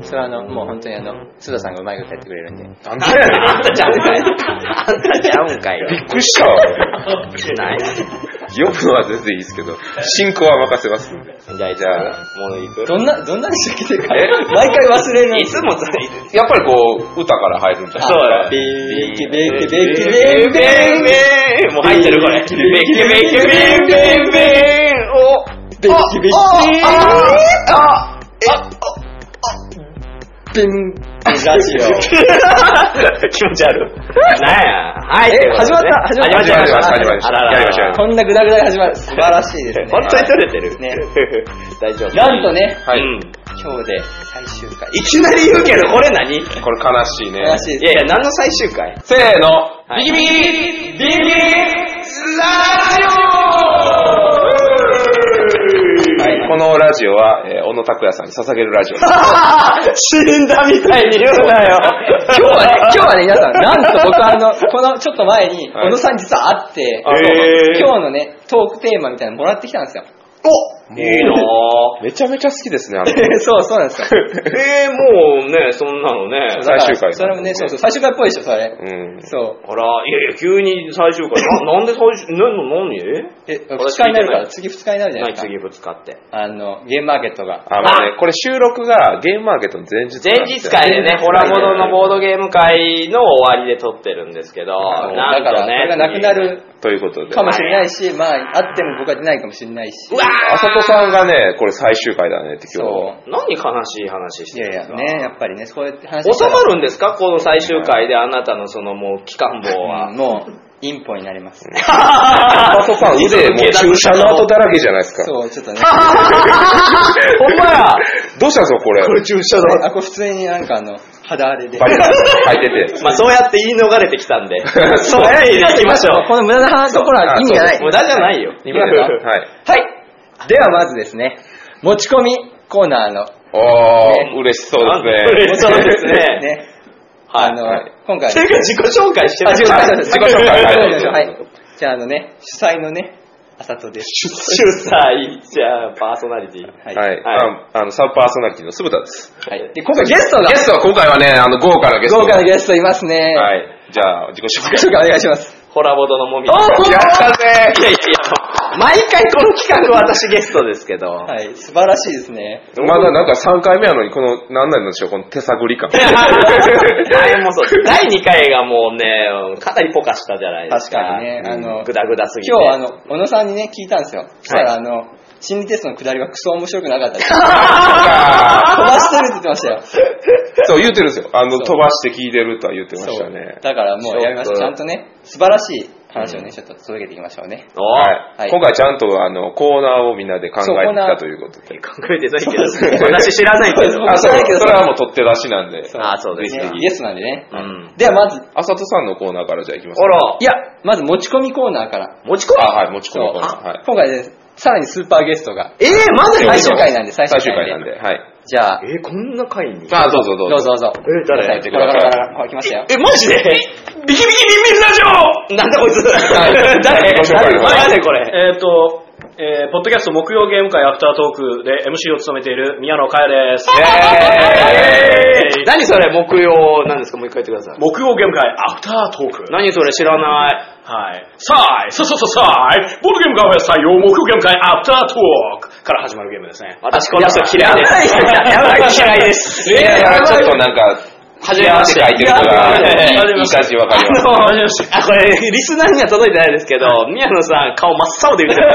それはあの、もう本当にあの、須田さんがうまいことやってくれるんで。なんでやねん。あんたちゃうんかい。あんたちゃうんかびい。っくりしたわ。ない。読むのは全然いいですけど、進行は任せますんで。じゃあ、じゃあ、もう行くどんな、どんなでしたっけ毎え回忘れるいつもさ、やっぱりこう、歌から入るんじゃないだベーケベーケベーケベンベーケベンベンベンもう入ってるこれ。ベンケベンケベンベンベンおベーケベーケあベンラジオ。 気持ち悪い。なんや。はい。えということ始でねまった始まっちゃいました。始まりましたあらららやりましょうやりましこんなグダグダで始まる。素晴らしいですね。本当に取れてる。 ね。大丈夫。なんとね、はいうん今日で最終回。いきなり言うけど、これ何いこれ悲しいね。らしいです。やいや、何の最終回せーの。ビキビキビキビキビキはい、このラジオは、えー小野拓也さんに捧げるラジオです。死んだみたいに言うなよ。今日 はね、今日はね、皆さん、なんと僕あの、このちょっと前に、はい小野さん実は会って、あそうなんへだー今日のね、トークテーマみたいなのもらってきたん ですよ。おいいなぁ。めちゃめちゃ好きですね、あの。そう、そうなんですよ。えー、もうね、そんなのね。最終回それもね、そうそう、最終回っぽいでしょ、それ。うん。そう。あら、いやいや、急に最終回。ななんで最終、な、な、何ええ、2私日になるから、聞次2日になるじゃない何ですか。次ぶつかって。あの、ゲームマーケットが。あ、まあね、これ収録がゲームマーケットの前日前日会でね、ホラボドのボードゲーム会の終わりで撮ってるんですけど、そうなだんから、とそね。れがなくなるということで。かもしれないし、まあ、あっても僕は出ないかもしれないしう。わあさとさんがね、これ最終回だねって今そう。日。ー何悲しい話しいてるやんいですや、かね、やっぱりね、そうやって話収したらまるんですかこの最終回であなたのそのもう期間棒うは ん。もう、インポになります。あさとさん腕もう注射の跡だらけじゃないですか。そう、ちょっ とね。 ほんまやどうしたんですか、これ。注射あ、これ普通になんかあの、肌荒れで。バリバリ入ってて。まあそうやって言い逃れてきたんで。そう。早いで行きましょ この無駄なところは意味がなそい。う。無駄じゃないよ。今ですかはい。はい。ではまずですね、持ち込みコーナーの、おー、嬉しそうですね。嬉しそうですね。ね、はあい。の、はい今て回、いうか自己紹介してあ、自己紹介、自己紹 介はいはいはい。じゃあ、あのね、主催のね、あさとです。主催者パーソナリティ。はい。はい。ああの、サブパーソナリティの酢豚です。はいで、今回ゲストがゲ、ストは今回はね、あの、豪華なゲスト。豪華なゲストいますね。。はいい。じゃあ、自己紹ちょっ介。とお願いします。ホラボドのもみ。おやったぜいやいやいや、毎回この企画私ゲストですけど。はい、素晴らしいですね。まだなんか3回目やのに、この、なんなんでしょう、この手探り感。大もそう第2回がもうね、かなりポカしたじゃないです確か。かにね、あの、グダグダすぎて。今日あの、小野さんにね、聞いたんですよ。そしたら、あの、心理テストの下りはクソ面白くなかった です。飛ばしてるって言ってましたよ。そう、言うてるんですよ。あの、そう飛ばして聞いてるとは言ってましそたう。ね。だからもうやりましょう。ちちゃょんっととね、素晴らしい話をね、ちょっと届けていきましょうね。おはいはい今回ちゃんと、あの、コーナーをみんなで考えてそうコーきナーたということで。考えてないけそうですねど。私知らないけど。僕あ、そ知う、らないけどそれはもう取って出しなんで。あ、そうですねか。ゲストなんでね。うん。ではまず、あさとさんのコーナーからじゃあ行きますあらい、や、まず持ち込みコーナーから。持ち込むあ、はい、持ち込そうむコーナー。はい。今回で、さらにスーパーゲストが。えー、まだ最最終終回回。なんで、最最終終回回ななんんで。で、はい。じゃあ、えー、こんな回にあ、どうぞどうどぞ。うぞどうぞ。え誰はいこれこれこれこれこれ来ましたよ。え、マジでビキビキビンビンラジオなんだこいつい 誰自己紹介誰誰これえっ、と、えーポッドキャスト木曜ゲーム会アフタートークで MC を務めている宮野佳代です。えー何それ木曜なんですかもう一回言ってください。木曜ゲーム会アフタートーク。何それ知らない。はい。さあい、ささささあい、ボードゲームカフェ採用木曜ゲーム会アフタートークから始まるゲームですね。私この人嫌いです。やばい嫌いです。いやいや、ちょっとなんか、初めまして。書いてるのが、いやいやいやいい感じわかります。あのあ、これ、リスナーには届いてないですけど、宮野さん、顔真っ青で見てる。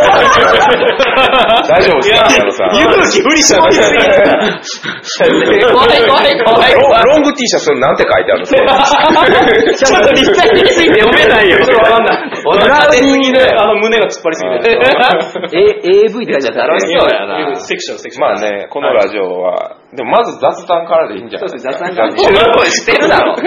大丈夫ですか宮野さん勇気振り絞りすぎた。怖い怖い怖いロ怖い。ンロング T シャツなんて書いてあるんですかちょっと立体的すぎて読めないよ。わかんないお腹でにね。あの、胸が突っ張りすぎて。 え、AV って書いちゃった楽しそうやな。セクション、セクション。まあね、このラジオは、でもまず雑談からでいいんじゃないですか。雑談からでいいしてるだろこ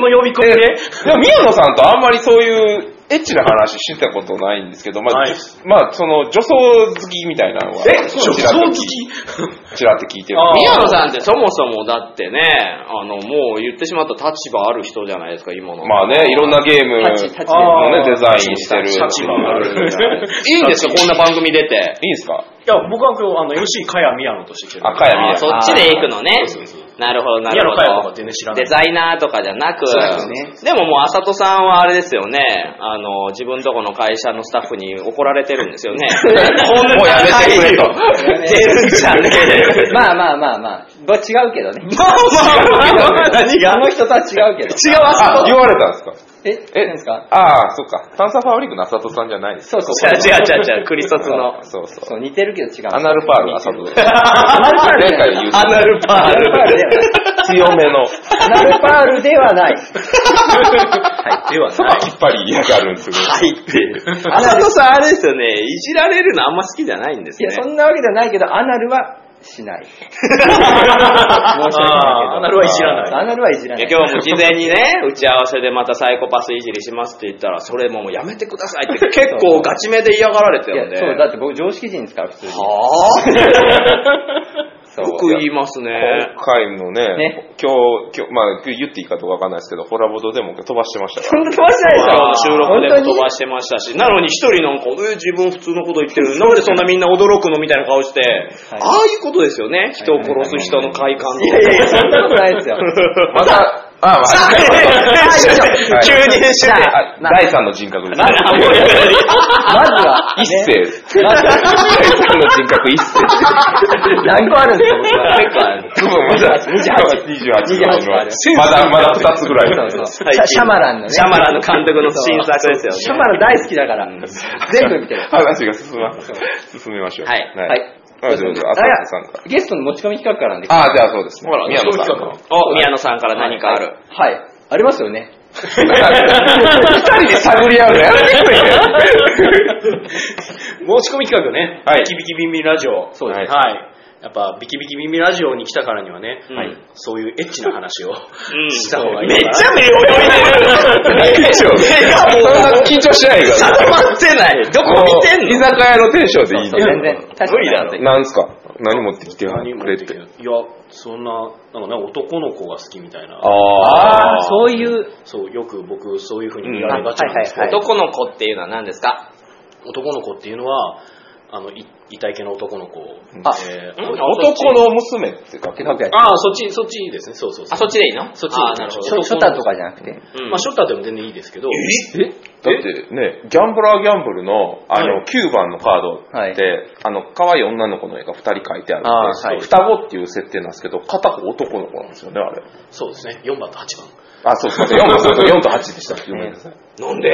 の呼び込みで。でも宮野さんとあんまりそういうエッチな話してたことないんですけど、まあ、はいまあ、その女装好きみたいなのは、えそうちらっと好聞きちらっと聞いてる。あー宮野さんってそもそもだってね、あの、もう言ってしまった立場ある人じゃないですか、今の。まあね、いろんなゲームの立ち立ちね、デザインしてる。立場があるいいんですか、こんな番組 出て。いいんすかいや、僕は今日、あの、MC かや宮野として来てるんであかやあーそっちで行くのね。なるほど、な宮る野ほど佳代とかっ。てね、知らない。デザイナーとかじゃなく、そうですねでももう、あさとさんはあれですよね、あの、自分とこの会社のスタッフに怒られてるんですよね。こんなもうやめてくれと高い出るんじゃねえよ。まあまあまあまあ、ど違うけどね。まあまあまあまあ、何こがの人とは違うけど。違うああ、さ言われたんですかえ、え、何ですかああ、そっか。炭酸ファブリックの浅戸さんじゃないです。そうそうと。違う違う違う違う、クリソツの。そうそう。そう、似てるけど違う。アナルパール浅戸さん。 アナル前パー回ル言うアナルパール。強めの。アナルパールではない。はい、で はそこな。はいきっぱり嫌がるんですよ。はいって。あさとさんあれですよね、いじられるのあんま好きじゃないんですいや、ね。そんなわけではないけど、アナルはしない。あ申し訳ないけーど。アナルはいじらない。アナルはいじらいなやい。今日も事前にね、打ち合わせでまたサイコパスいじりしますって言ったら、それもうやめてくださいって結構ガチめで嫌がられているんや、で。そう、だって僕常識人ですから、普通に。そうよく言いますね。今回のね、ね今日、今日、まあ、言っていいかどうかわかんないですけど、ホラボドでも飛ばしてましたか そら。んな飛ばしてないでしあょの収録で本も当に飛ばしてましたし、なのに一人なんか、え、自分普通のこと言ってる、なんでそんなみんな驚くのみたいな顔して、はいああいうことですよね。人を殺す人の快感とか。いやいや、そんなことないですよ。また、あ、まさあ あ、はい急に編集で。あ第三の人格ですね。まずは、一世ね。です。第三の人格一世。何個あるんですか僕は結構ある多分まだ28 28のまだ、まだ2つぐらい。そうそうシャシャマランのね。シャマランの監督の新作ですよね。シャマラン大好きだから、全部見てる。話が進ま、進みましょう。はいはい。はい、どうぞ、あさこさんから。ゲストの持ち込み企画からなんで。ああ、じゃあそうですねほら。宮野さんそういうの。お、宮野さんから何かある。はい。ありますよね。二人で探り合うのやめてくれよ。申し込み企画ね。はいビキビキビンビンラジオ。そうですはい。やっぱ、ビキビキビンビンラジオに来たからにはね、はいそういうエッチな話をんした方がいいめっかな。ちゃ目泳いでる。緊張。そんな緊張しないから。定まってない。どこ見てん居の酒屋のテンションでいいそう全然。無理だって。なんすか何持ってきてく何もれでっきてない。いや、そんな、なんかね、男の子が好きみたいな。ああ、あそういう。そう、よく僕、そういう風に見られがちなんですけど、うんはいはいはい男の子っていうのは何ですか男の子っていうのは、あの、い異体系の男の子。あえーうん男の娘って書け書くやつ。ああ、そっち、そっちですね。そうそうそう。あ、そっちでいいのそっちあーなるほショど。ショタとかじゃなくて。うんまあ、ショッターでも全然いいですけど、えだってね、ギャンブラーギャンブルの、あの、9番のカードって、はいあの、可愛い女の子の絵が2人描いてあるんであーそはうい双子っていう設定なんですけど、片方男の子なんですよね、あれ。そうですね。4番と8番。あ、そうそう、4, そうそう4と8で した。ごめんなさい。好なんで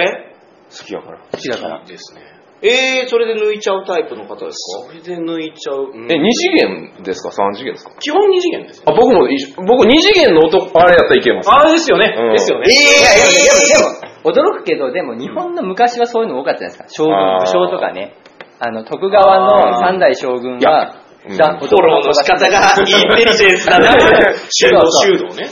きやから。好きだから。いいですね。えー、それで抜いちゃうタイプの方ですかそれで抜いちゃう。うんえ、2次元ですか ?3 次元ですか基本2次元ですね。あ、僕も一緒、僕2次元の男、あれやったらいけます。あれですよねうんですよね。いやいやいえやでも、でも、驚くけど、でも日本の昔はそういうの多かったじゃないですか。将軍、あー武将とかね。あの、徳川の三代将軍いやは、うんだー、フォローの仕方がインテリジェンスだな。修道、修道ね。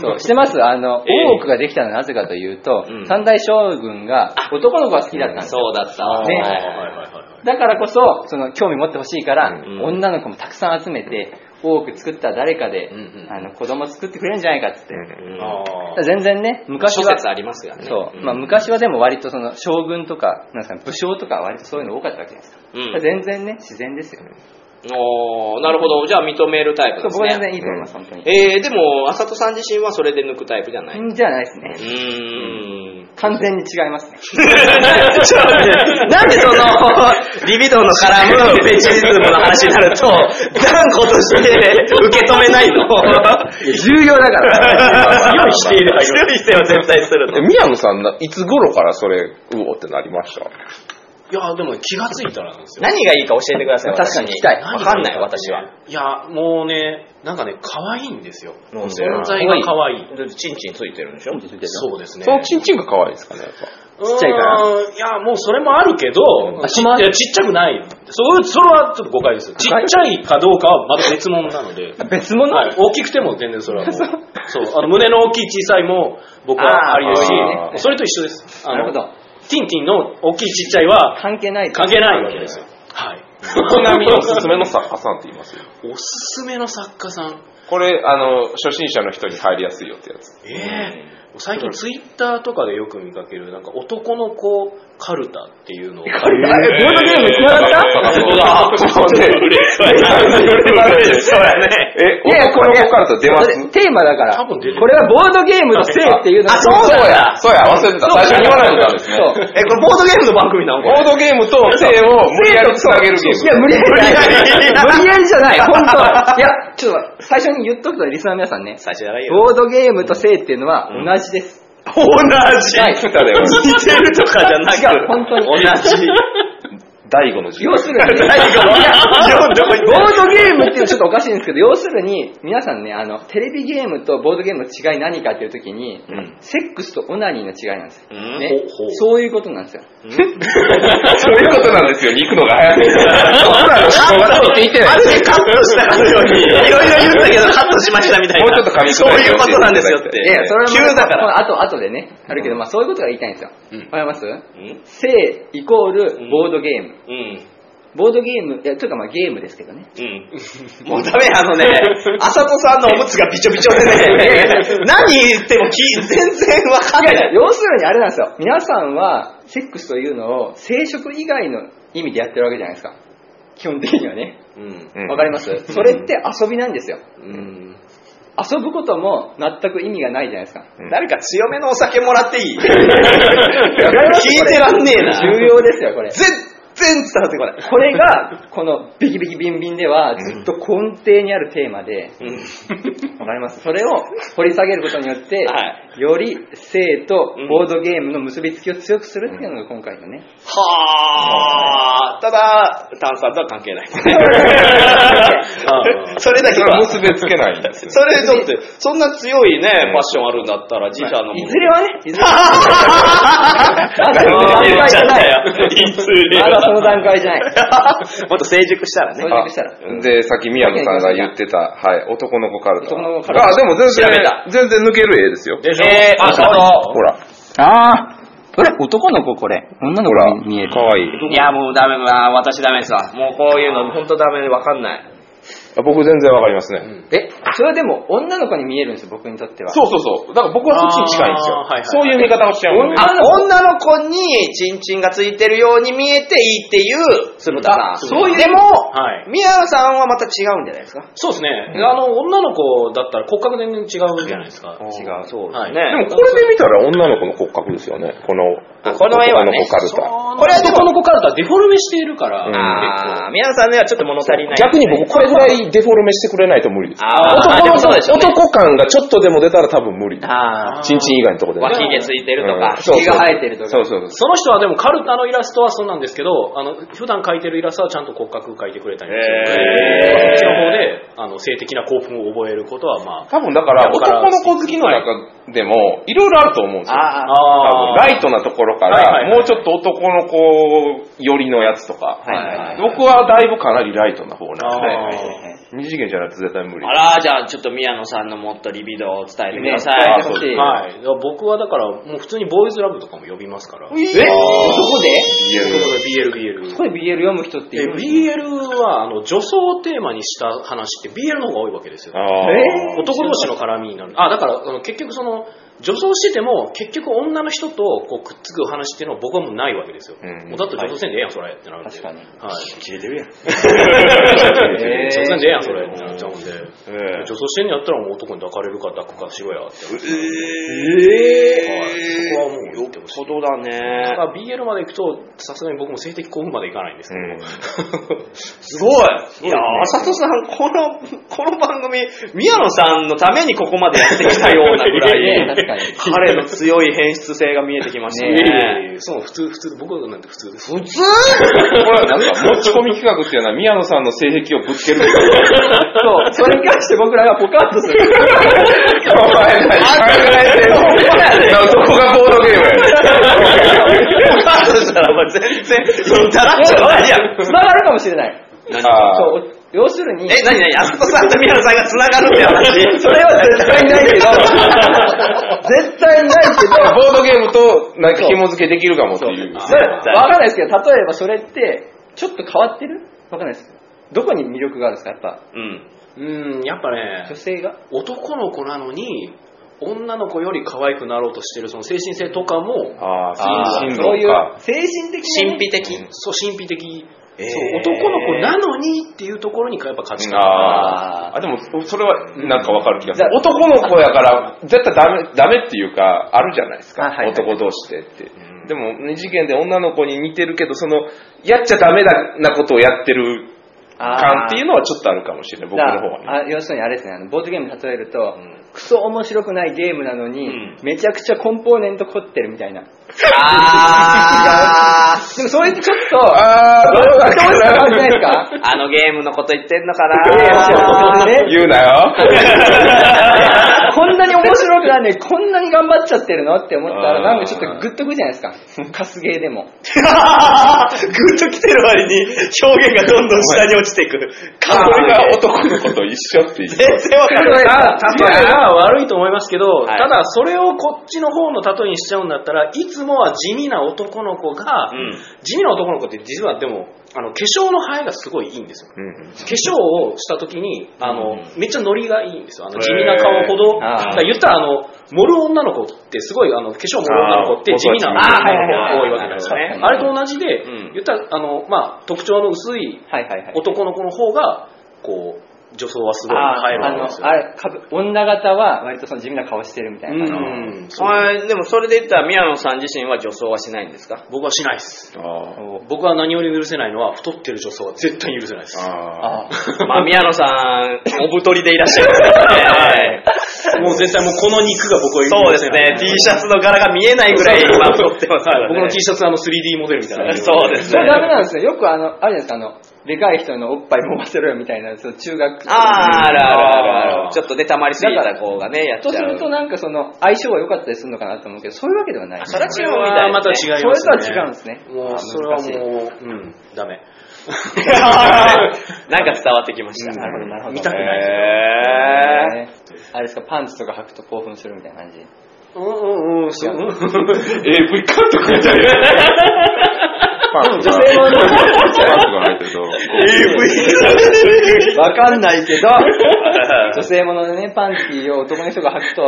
そう、してます。あの、ええ大奥ができたのはなぜかというと、うん三大将軍が男の子が好きだったんですよ。そうだったわ。ねはいはいはいはいはい。だからこそ、その、興味持ってほしいから、うん女の子もたくさん集めて、多く作った誰かで、うんうんあの、子供作ってくれるんじゃないかっつって。う んあー全然ね、昔諸は、説ありますよね。そう、んまあ昔はでも割とその、将軍とか、なんですかね、武将とか割とそういうの多かったわけじゃないですか。うんだから全然ね、自然ですよね。おーなるほど。じゃあ認めるタイプです僕は全ね。然いいと思います、本当に。えー、でも、あさとさん自身はそれで抜くタイプじゃない。ううんじゃないですね。ーん。完全に違いますね。ちょっと待ってなんでその、リビドーの絡むフェチズムの話になると、断固として受け止めないの重要だ から。強い否定で入る。強い姿勢は絶対するえの。宮野さんな、いつ頃からそれ、うおってなりましたいや、でも気がついたらなんですよ。何がいいか教えてください、確かに聞きたいわかんない、私は。。いや、もうね、なんかね、可愛いんですよ。もう存在が可愛い。チンチンついてるんでしょちそうですね。そのチンチンが可愛いですかね、やっちっちゃいからいや、もうそれもあるけど、ちいやちっちゃくない。そうそれはちょっと誤解です。ちっちゃいかどうかはまた別物なので。別物はい大きくても全然それはもう、そう、あの胸の大きい小さいも僕はありですし、あーそれと一緒です。あなるのほど。ティンティンの大きいちっちゃいは関係ない。関係ないわけですよ。はい。ぱ。ちなみにおすすめの作家さんって言いますよ。おすすめの作家さん。これ、あの、初心者の人に入りやすいよってやつ。ええ最近ツイッターとかでよく見かける、なんか男の子カルタっていうのを。あれ、ボードゲーム繋がったそうだ。嬉しそうやね。そうやね。え、いや男の子からと出ますそれテーマだから。多分出てるこれはボードゲームの性っていうのがあそうだそうや、忘れてた。最初に言わないとダメですね。そうえ、これボードゲームの番組なのこボれードゲームと手を無理やり繋げるゲーム。いや、無理やり。無理やりじゃ ない。本当いや、ちょっと待って最初に言っとくとリスナーの皆さんね、最初じゃないよ。ボードゲームと性っていうのは同じです。同じ。はい来たで似てるとかじゃなく違う、本当に。同 じ。第五の授業要するに、ね、最後いやどこ行ボったードゲームっていうのちょっとおかしいんですけど、要するに、皆さんね、あの、テレビゲームとボードゲームの違い何かっていうときに、うんセックスとオナニーの違いなんですよ。うんねほうほうそういうことなんですよ。そういうことなんですよ、行くのが早い。僕らの思考がついていってないあ。るでカットしたかのように、いろいろ言ったけどカットしましたみたいな。もうちょっと噛みそ砕ういていうことなんですよって。いえや、それはもう急だからまあ、あと、あとでね、あるけど、まあ、そういうことが言いたいんですよ。うんわかりますうん性イコールボードゲーム。うん。ボードゲーム、いや、というかまあゲームですけどね。うん。もうダメ、あのね、あさとさんのおむつがびちょびちょでね、何言ってもき全然わかんいなやいやい。要するにあれなんですよ。皆さんは、セックスというのを、生殖以外の意味でやってるわけじゃないですか。基本的にはね。うん。うんわかりますそれって遊びなんですよ。うん。遊ぶことも全く意味がないじゃないですか。うん誰か強めのお酒もらっていい聞いわかりますてらんねえな。重要ですよ、これ。全然伝わってこない。これが、このビキビキビンビンでは、ずっと根底にあるテーマで、 わかりますそれを掘り下げることによって、はより性とボードゲームの結びつきを強くするっていうのが今回のね。はあ、ただ、炭酸とは関係ない。あそれだけそれは。は結びつけないんですよ。それだって、そんな強いね、パんッションあるんだったら、自社のもの。いずれはね、いずれは ままだその段階じゃない。いずれまだそのは。段階じゃない。もっと成熟したらね。到着したら。あで、さっき宮野さんが言ってた、はい、男の子カルタ。男の子カルタあ、でも全調べ然た、全然抜ける絵ですよ。でしょえーあそうほら、あー、これ男の子これ。女のほら、かわいい。いや、もうダメだ、私ダメですわ。もうこういうの、ほんとダメでわかんない。あ僕全然わかりますね。え、それでも女の子に見えるんですよ、僕にとっては。そうそうそう。だから僕はそっちに近いんですよ。あーはいはいそういう見方をしちゃう。あ、女の子に、チンチンがついてるように見えていいっていう、鶴田さん。あそういうでも、はい宮野さんはまた違うんじゃないですか。そうですね。あの、女の子だったら骨格全然違うじゃないです違か。う。そうはいでねもこれで見たら女の子の骨格ですよね。この、あこの絵はね男の子カルタ。これは男の子カルタデフォルメしているから、うんあー、宮野さんではちょっと物足りない。逆に僕これぐらいデフォルメしてくれないと無理です。あー、男でものそうでしょうね男感がちょっとでも出たら多分無理。あーチンチン以外のとこでね。脇毛ついてるとうかん。そうそう毛が生えてるとかそうそうそう。その人はでもカルタのイラストはそうなんですけど、あの、普段描いてるイラストはちゃんと骨格描いてくれたりしてへーそっちの方で、あの、性的な興奮を覚えることはまあ、多分だからだから男の子好きの中でもいろいろあると思うんですよ。あー多分ライトなところかはいはいらはいもうちょっと男の子寄りのやつとか。はいはいはい。僕はだいぶかなりライトな方なんで。はいはいあーはいはい二次元じゃないと絶対無理。あら、じゃあちょっと宮野さんのもっとリビドーを伝えてくださねい。伝えてほしいはい。だから僕はだから、もう普通にボーイズラブとかも呼びますから。ええそこでいやいや BL、BL。これ BL 読む人っていでる BL は、あの、女装をテーマにした話って BL の方が多いわけですよ。あーえー男同士の絡みになる。あ、だから、あの結局その、女装してても、結局女の人とこうくっつく話っていうのは僕はもうないわけですよ。うんもうだって女装せんでええやん、それってなるんで。確かにはい。切れてるやん。えー女装せんでええやん、それってなっちゃうんで。えー女装してんのやったらもう男に抱かれるか抱くかしろやって。えはいそこはもう言よっってほしいぽどだたね。だ BL まで行くと、さすがに僕も性的興奮までいかないんですけど。すごいいやー、浅戸さん、この、この番組、宮野さんのためにここまでやってきたようなぐらいや いいや確かに彼の強い変質性が見えてきましたいや いね。やいやそう、普通、普通、僕なんて普通です。普通これはなんか持ち込み企画っていうのは宮野さんの性癖をぶつける。そう、それに関して僕らがポカッとする。お前何考えてんのそこがボードゲームカードしたら、お前全然、だらっちゃないやん。つながるかもしれない。やねん。あーそう、要するに、え、なになに浅戸さんと宮野さんが繋がるって話それは絶対ないけど、絶対ないけど、ボードゲームとなんか紐付けできるかもっていう。それわかんないですけど、例えばそれって、ちょっと変わってるわかんないです。どこに魅力があるんですかやっぱ、うん。うん、やっぱね女、性が。男の子なのに、女の子より可愛くなろうとしてるその精神性とかも、あああ、ー心そうい身うか。精神的なね神秘的。そう、神秘的。えーそう男の子なのにっていうところにやっぱ価値観があーあ、でも、それはなんかわかる気がすじゃるあ。男の子やから、絶対ダメ、ダメっていうか、あるじゃないですか。あはいはい男同士でって。でも、二次元で女の子に似てるけど、その、やっちゃダメだなことをやってる感っていうのはちょっとあるかもしれない、僕じゃの方はね。ああ要するにあれですねあのボードゲームに例えると、クソ面白くないゲームなのに、んめちゃくちゃコンポーネント凝ってるみたいなあでもそれってちょっと あー、どうだどうした感じないですかー、あのゲームのこと言ってんのかいやいやなそうね言う なよ。 こんなに面白くないのにこんなに頑張っちゃってるのって思ったらあなんーかちょっとグッとくるじゃないですかカスゲーでもぐっと来てる割に表現がどんどん下に落ちていく。これが男の子と一緒っていう。全然わかんない。例えが悪いと思いますけど、いただそれをこっちの方の例えにしちゃうんだったらいつもは地味な男の子が、ん地味な男の子って実はでもあの化粧の生えがすごいいいんですようん化粧をした時にあの、うんめっちゃノリがいいんですよあの地味な顔ほへど、ーあーだから言ったらあの盛る女の子ってすごいあの化粧盛る女の子ってあー地味な僕は女の子が多いわけじゃないですか、あーはいはいはいあれと同じで、うん言ったらあの、まあ、特徴の薄いはいはいはい男の子の方がこう女装はすごい生えあるんのですよあれかぶ女型は割とその地味な顔してるみたいな、うん、はいでもそれで言ったら宮野さん自身は女装はしないんですか僕はしないです。あー僕は何より許せないのは、太ってる女装は絶対に許せないです。ああまあ宮野さん、お太りでいらっしゃいますからね。もう絶対もうこの肉が僕はそう許でせすないね、T シャツの柄が見えないぐらい今太ってますからね。僕の T シャツあの 3D モデルみたいな。そうですそね れ。ダメなんですよよくあのあるじゃないですかあのでかい人のおっぱい揉ませろよみたいなそう中学ああ、あるあるあるある。ちょっとね、溜まりすぎた子がね、やっちとすゃるう。となんかその相性が良かったりするのかなと思うけどそういうわけではないそれは違うそれみたはいまたですね。違いますね。それとは違うんですねもう、それはもう、うん、ダメ。 なんか伝わってきました。なるほどなるほど見たくないです。へねあれですかパンツとか履くと興奮するみたいな感じ うんうんうん、 そう。うーん AV 監督みたいな。 女性の女 の子とわかんないけど、女性ものでね、パンティーを男の人が履くと、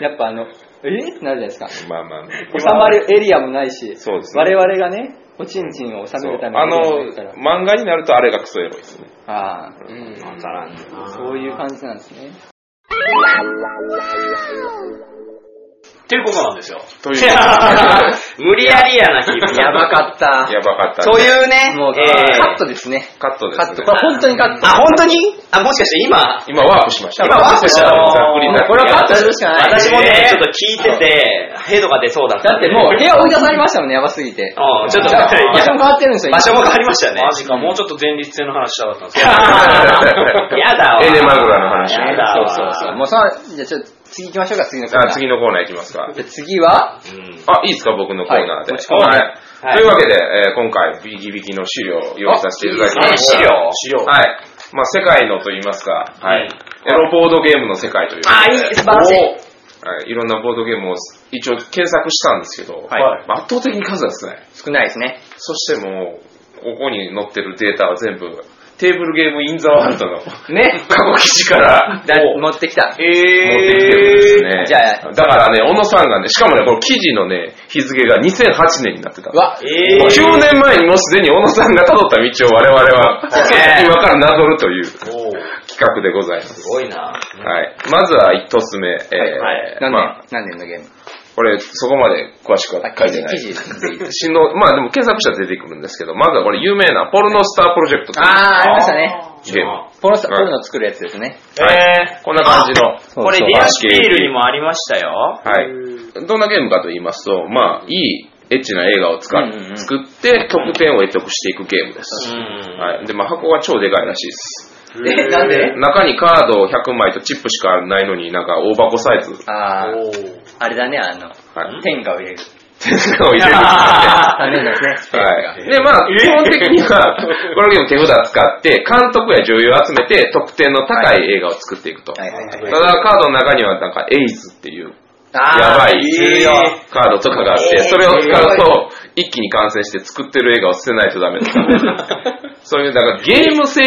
やっぱあの、えってなるじゃないですか。 まあまあね。収まるエリアもないし、そうですね我々がね、おちんちんを収そめうるためあにやのるから、漫画になるとあれがクソエロいですね。あうんわからん。あ、そういう感じなんですね。っていうことなんですよ。という、 無理やりやな、君。やばかった。やばかった。そういうね、もう、えーカットですね。カットです、カッね。ト。これ本当にカット。あ、本当にあ、もしかして今、今ワープしました。今ワープしたのざっくりざっくりこれはカットするしかない。私もね、ちょっと聞いてて、ヘドが出そうだっただってもう部屋追い出されましたもんね、やばすぎて。うん、ちょっと、いだから場所やも変わってるんですよ、場所も変わりましたね。マジか、もうちょっと前立腺の話したかったんで すけど。やだわ。エネマグラの話やだ今わ。そうそうそう。もうさ、じゃあちょっと次行きましょうか、次のコーナーあ次のコーナーいきますか。じゃあ次は、うんあ、いいですか、僕のコーナーで。はいはい。はいというわけで、えー今回、ビキビキの資料を用意させていただきまあいいですした。ね資料資料。はい。まあ、世界のと言いますか、はい。うんエロボードゲームの世界というかあ、いい、素晴らしい。はい。いろんなボードゲームを一応検索したんですけど、はいまあ圧倒的に数が少ない。少ないですね。そしてもう、ここに載ってるデータは全部、テーブルゲームインザワール ドの過ね。去記事からだ持って持ってきた。きてるんですね。じゃあだからね、小野さんがね、しかもね、この記事のね、日付が2008年になってた。うわ、えー9年前にもうすでに小野さんが辿った道を我々は、い今からなぞるというおー企画でございます。すごいな。はい。まずは一つ目。えーはい何年、まあ、何年のゲームこれ、そこまで詳しくはあ、書記いて事、ない。記事。しの、まあでも検索したら出てくるんですけど、まずはこれ有名なポルノスタープロジェクトといあうー、ありましたね。ゲーム。ポルノスタうんポルノ作るやつですね。えーこんな感じの。そうこれ、そうディアスピールにもありましたよ。はい。どんなゲームかと言いますと、まあ、いいエッチな映画を使っうんうんうん作って、得点を得得していくゲームです。うん はい。で、まあ、箱が超でかいらしいです。え、なんで中にカード100枚とチップしかないのになんか大箱サイズ。あー、おーあれだね、あの、はい。天下を入れる。手を入れ る。ああれだね。はい。で、ま あ、基本的には、このゲーム手札使って、監督や女優を集めて、得点の高い映画を作っていくと。はいはいはい。ただ、カードの中には、なんか、エイズっていう、やあばーいカードとかがあって、それを使うと、一気に 完成して作ってる映画を捨てないとダメとか、そういう、だから、ゲーム性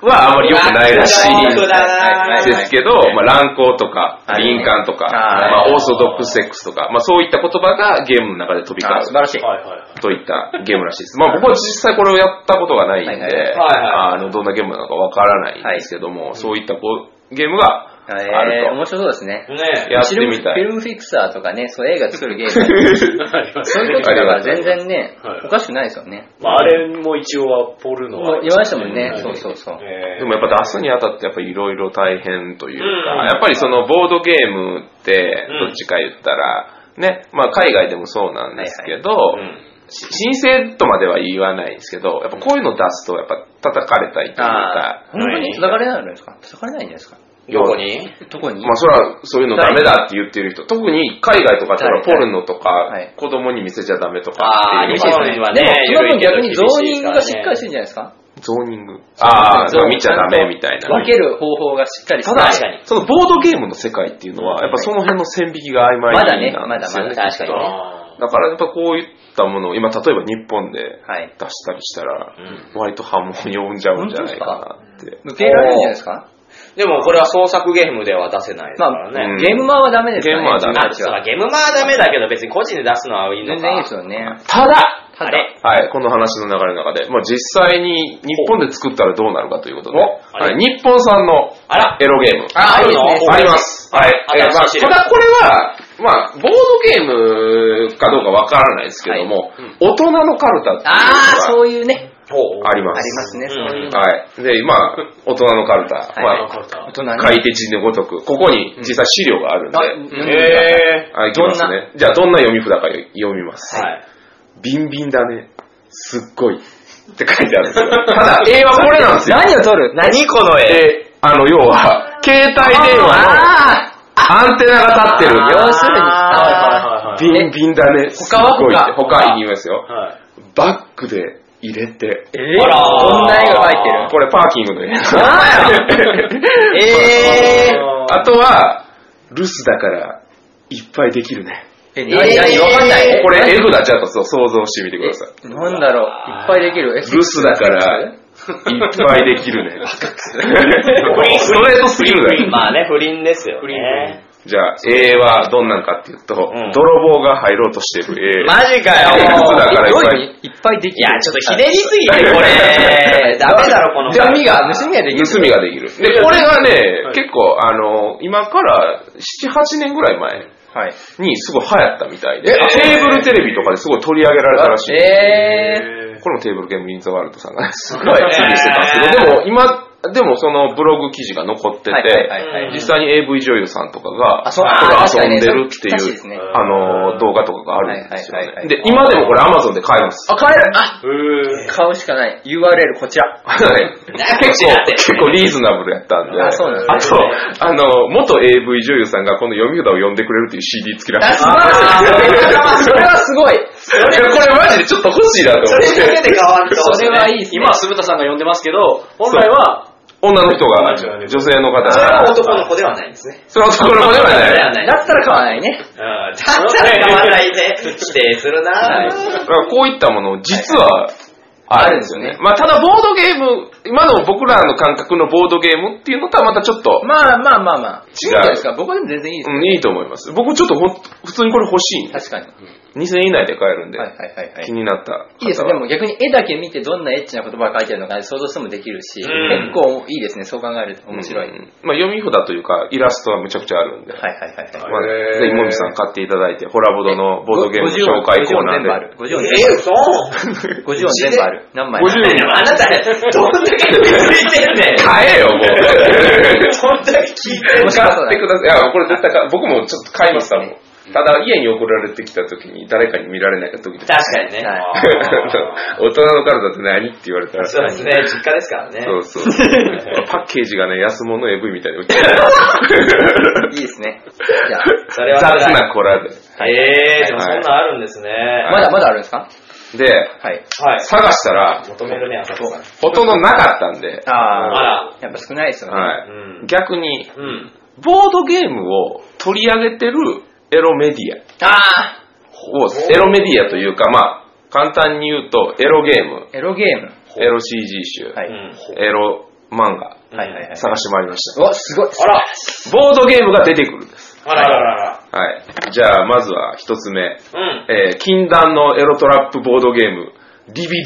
はあまり良くないらし良くいないですけど、まあ、乱行とか、はい敏感とか、はいまあ、オーソドックスセックスとか、まあ、そういった言葉がゲームの中で飛びあ素晴交うらしい。はいはいはい。といったゲームらしいです。まあ、僕は実際これをやったことがないんで、はいはいはいあのどんなゲームなのかわからないんですけども、そういったこうゲームがあるえー、と。面白そうですね。 ねやってみたフィい。ルムフィクサーとかね、そう映画 作るゲーム。そういうことだから全然ねはい、おかしくないですよね。まあ、あれも一応はポルノは言われてもねはいそうそうそうえーでもやっぱ出すにあたってやっぱりいろいろ大変といううんか、やっぱりそのボードゲームってうんどっちか言ったら、ね、まあ海外でもそうなんですけど、うんし申請とまでは言わないですけど、やっぱこういうの出すとやっぱ叩かれたりというあかあ、、本当に叩かれないんですか叩かれないんじゃないですかどこにどこにまあそれはそういうのダメだって言ってる人、特に海外とかってほらはいポルノとかはい子供に見せちゃダメとかあっあ、てい厳うしいですね。でも、その分逆にゾーニングがしっかりしてるんじゃないですかゾーニング。ああ、見ちゃダメみたいな。分ける方法がしっかりしてたるだ、そのボードゲームの世界っていうのは、やっぱその辺の線引きが曖昧まだね、なまんでだすよまねだ。確かにね。あだからやっぱこういったものを、今例えば日本ではい。出したりしたら、割と波紋に呼んじゃうんじゃないかなって。受け入れられるんじゃないですかでもこれは創作ゲームでは出せないですまからあ、ね。うんゲームマンはダメですからね。ゲームマンはダメあ自分たちそうはかゲームマはダメだけど別に個人で出すのはいいのか。全然いいですよね。ただ、ただ、あれはい、この話の流れの中で、まあ、実際に日本で作ったらどうなるかということで、おはい、日本産のあらエロゲーム。ああるのあいいですねあります。はい。えーまあ、新しい資料ただこれは、まあ、ボードゲームかどうかわからないですけども、大人のカルタっていうのあがあ、そういうね。ほうありま。ありますすね、そういうの。はい。で、まあ、大人のカルタ。いまあーわかった大人ね。書いて字のごとく、ここに実際資料があるんで、あうんへはい、いきますね。じゃあ、どんな読み札か読みます。はい。ビンビンだね。すっごい。って書いてあるんで すよ。ただ、絵はこれなんですよ。何を撮る何この絵。で、あの、要は、携帯電話のあアンテナが立ってるんあで要するに。はいはいはい。ビンビンだね。すっごいって。他、言いますよ。はい。バッグで入れて。えあらーどんな絵が入ってるこれ、パーキングの絵。えー あとは、留守だから、いっぱいできるね。え、何何わかんない。これ、絵札ちょっとそう想像してみてください。えなんだろう。いっぱいできる。え留守だから、いっぱいできるね。ストレートすぎるだろ。まあね、不倫ですよね。じゃあ、絵はどんなんかっていうと、ん泥棒が入ろうとしてる絵。マジかよ。そうだからいっぱいどういう意味いっぱいできる。いや、ちょっとひねりすぎて、これ。ダメだろ、この盗みが、盗みができる。盗みができる。で、これがね、はい結構、あの、今から7、8年ぐらい前はい。にすごい流行ったみたいで、テーブルテレビとかですごい取り上げられたらしい。えこれもテーブルゲームインザワールドさんがね、すごい気にしてたんですけど、でも今、でもそのブログ記事が残ってて、はいはいはいはい実際に AV 女優さんとかあが、そうこれ遊んでるって確いかにそうう、ですねあの、動画とかがあるんですよはいはいはいはね。いで、今でもこれ Amazon で買えます。あ、買えるあうー。買うしかない。URL こちら。はい 結構、結構リーズナブルやったんで。あそうなんですねあと、あの、元 AV 女優さんがこの読み札を読んでくれるっていう CD 付きらしあ、い素晴らしい。それはすごい。これマジでちょっと欲しいなと 思って。手で変わると。それはいいですね今は鈴田さんが呼んでますけど、本来は、女の人が、女の女人性の方それはが、男の子ではないんですね。そのところまではでねは、ない。だだったら買わないね。ったら変わらないで、 否定するなだからこういったもの、実は、あるんですよあるんでねす。まあ、ただボードゲーム、今の僕らの感覚のボードゲームっていうのとはまたちょっと、まあまあまあまあ。違う違うんですか僕はでも全然いいです。うん、いいと思います。僕ちょっとほん普通にこれ欲しいんで確かに。 2000円以内で買えるんで、はいはいはいはい。気になった方はいいですね。でも逆に絵だけ見てどんなエッチな言葉が書いてあるのか想像してもできるし、うん結構いいですね。そう考えると面白い。うはいんまあ、読み札というか、イラストはむちゃくちゃあるんで。はいはいはい。まあへーぜひ、もみさん買っていただいて、ホラボドのボードゲーム紹介コーナーで。 50音全部ある。50音え、嘘全部50音全部ある。何枚50でもあなたね、どんだけ食いついてん ねん。買えよ、もう。面白そうどんだけ聞いてんの買っだてください。いや、これ絶対買う僕もちょっと買います、多分。ただ、家に送られてきた時に、誰かに見られないか時々。確かにね。はい 大人の体って何って言われたら。そうですね、実家ですからね。そう そう。パッケージがね、安物 AV みたいに売ってる。いいですね。じゃそれは雑辛いなコラで。えー、でもはいそんなんあるんですね。あ、まだまだあるんですかで、はい。はい。探したら、求めるね、朝子さん。ほとんどなかったんで、ああら。あ、やっぱ少ないですよね。はうんい。逆に、うん。ボードゲームを取り上げてるエロメディあアを、エロメディアというか、まあ、簡単に言うと、エロゲーム、あ、エロゲーム。エロ CG 集、はうい。んエロ漫画、はいはいはい探してまいりました。うわ、すごい。あらボードゲームが出てくるんです。あららはい。じゃあ、まずは一つ目。らら。うん。えー禁断のエロトラップボードゲーム、リビ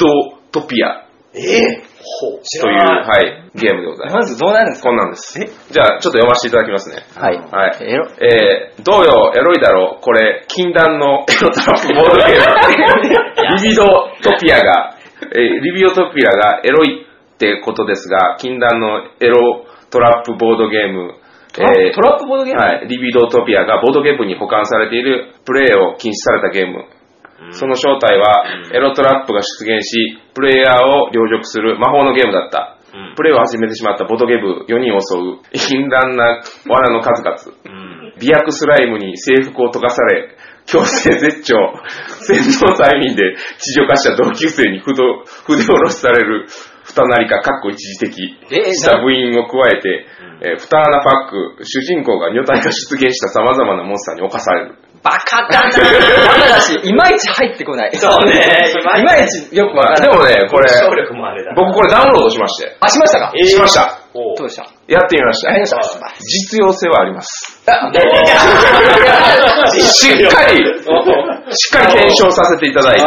ドトピアえほう。知という、らはい、ゲームでございます。まずどうなるんですかこんなんです。じゃあ、ちょっと読ませていただきますね。はい。はい。エ ロ。えー、同様、エロいだろう。これ、禁断のエロトラップボー ドゲーム。リビドトピアが、えーリビドトピアがエロいってことですが、禁断のエロトラップボードゲーム、えートラップボードゲームはい、リビドトピアがボードゲームに保管されているプレイを禁止されたゲーム。その正体は、エロトラップが出現し、プレイヤーを凌辱する魔法のゲームだった。うんプレイを始めてしまったボードゲーム4人を襲う、禁断な罠の数々。うん。美薬スライムに制服を溶かされ、強制絶頂、戦闘催眠で地上化した同級生に筆を筆下ろしされる、ふたなりか、かっこ一時的、えした部員を加えて、えー、ふた穴パック、主人公が女体が出現した様々なモンスターに侵される。バ カ だなバカだし、いまいち入ってこない。そうねいまいちよくわまかあ、らでない。もね、これ、勝力もあれだ。僕これダウンロードしまして、あ、しましたかしました。ほうどうでしたやってみました。やりました。実用性はあります。ししっかり、しっかり検証させていただいて、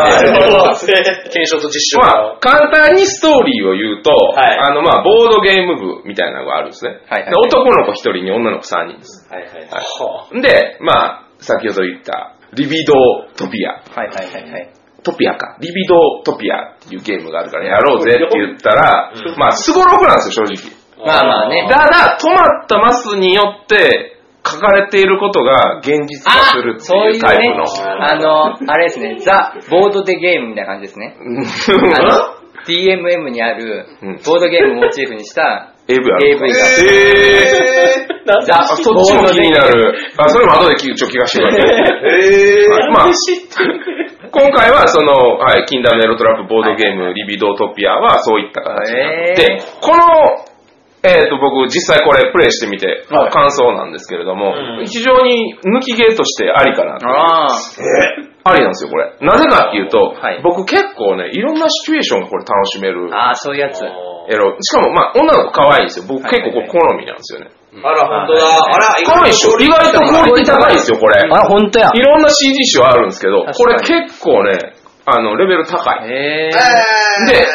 検証と実証まあ、簡単にストーリーを言うと、はいあの、まあ、ボードゲーム部みたいなのがあるんですね。はいはいで男の子1人に女の子3人です。はいはいははいい。で、まあ、先ほど言った、リビドトピア。はいはいはいはい。トピアか。リビドトピアっていうゲームがあるからやろうぜって言ったら、うんまあ、すごろくなんですよ、正直。まあまあねただ、止まったマスによって、書かれていることが現実化するってそういいううタイねプの。、あの、あれですね、ザ・ボードでゲームみたいな感じですね。あ の DMM にあるうん、ボードゲームをモチーフにした、 AV ある AV がえーなんであ、そっちも気になる。あ、それも後で聞くちょっと聞かせてください。えまあ、今回はその、はい、禁断のエロトラップボードゲーム、リビドートピアはそういった形になっえて、この、えっ、と、僕実際これプレイしてみて、はい感想なんですけれども、うん非常に抜きゲーとしてありかなと。ああ、ありなんですよ、これ。なぜかっていうと、はい僕結構ね、いろんなシチュエーションがこれ楽しめる。ああ、そういうやつ。エロしかも、まあ、女の子可愛いんですよ。僕結構これ好みなんですよね。あら、本当だ。あら、可愛いでしょ意外とクオリティ高いんですよ、これ。あ、本当や。いろんな CD 集あるんですけど、これ確か結構ね、あの、レベル高い。えで、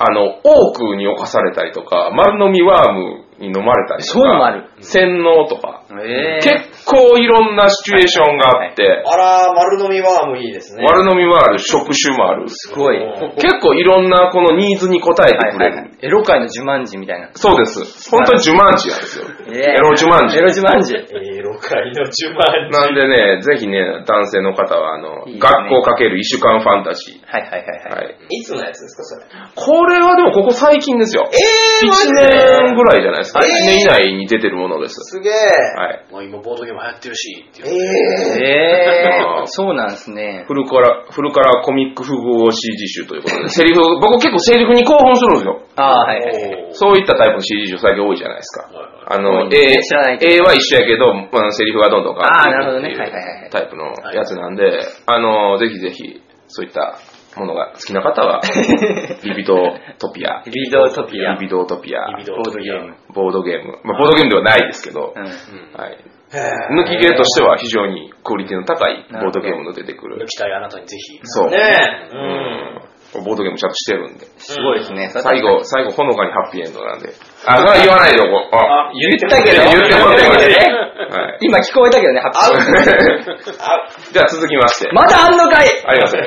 あの、多くに侵されたりとか、丸飲みワームに飲まれたりとそういうのもあかる、洗脳とか、ー、えー、結構いろんなシチュエーションがあって、あら、丸飲みはもういいですね。丸飲みもある、触手もある。すごい。は結構いろんなこのニーズに応えていくはれいはる。い。エロ界の呪文字みたいな。そうです。本当に呪文字なんですよ。エロ呪文字エ。ロ呪文字。エロ界の10万なんでね、ぜひね、男性の方は、あの、いいですね学校かける一週間ファンタジはいはいはいー。はい。はい。いつのやつですか、それ。これはでもここ最近ですよ。えー、マジ1で年ぐらいじゃないですか。1えー年以内に出てるものです。すげえ。はい。もう今、ボードゲーム流行ってるし、っていう。えええー、 そうなんですね。フルカラ、フルカラコミック複合 CD 集ということで、セリフ、僕結構セリフに興奮するんですよ。ああ、はいはいはい。そういったタイプの CD 集最近多いじゃないですかはい。あ多いの、A ね知らない、け A は一緒やけど、あのセリフがどんどん変わってあーいくなるほどねっていうはいはいはいタイプのやつなんで、あの、ぜひぜひ、そういったものが好きな 方は、リビドトピア。リドートピア。リビドトピア。リビドボードゲーム。ボードゲーム。まあ、ボードゲームではないですけど、うん。はい。抜きゲーとしては非常にクオリティの高いボードゲームの出てく抜る。きたいあなたにぜひ。そう。ねえ。うん。ボードゲームちゃんとしてるんで。すごいですね。最後、最後、ほのかにハッピーエンドなんで。あ、それは言わないでおこう。あ、言ったけど、言ってもらってもらってね はい。 今聞こえたけどね、ハッピー。 じゃあ続きまして。またあんのかいあります ね。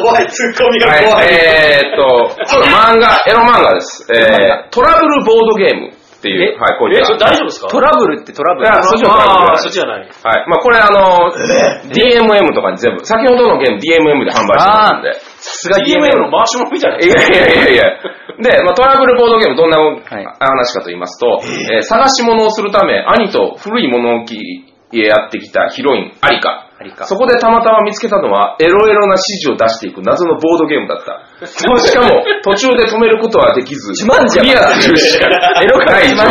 怖い、ツッコミがはい怖い。えーっ と、ちょっと漫画、エロ漫画です。えー、トラブルボードゲームっていう、はい、こういえ、っそたれ。大丈夫ですかトラブルってトラブルいやそっちのトラブルああ、そっちじゃない。はい。まあこれあ の、DMM とかに全部、先ほどのゲーム DMM で販売してますんで。すが DMM の回し物みたいな。いやいやいやいや。で、まあ、トラブルボードゲーム、どんなはい話かと言いますと、えー探し物をするため、兄と古い物置へやってきたヒロイン、アリカ。アリカそこでたまたま見つけたのは、エロエロな指示を出していく謎のボードゲームだった。しか も、途中で止めることはできず、自慢じゃんクリアするし かエロくない状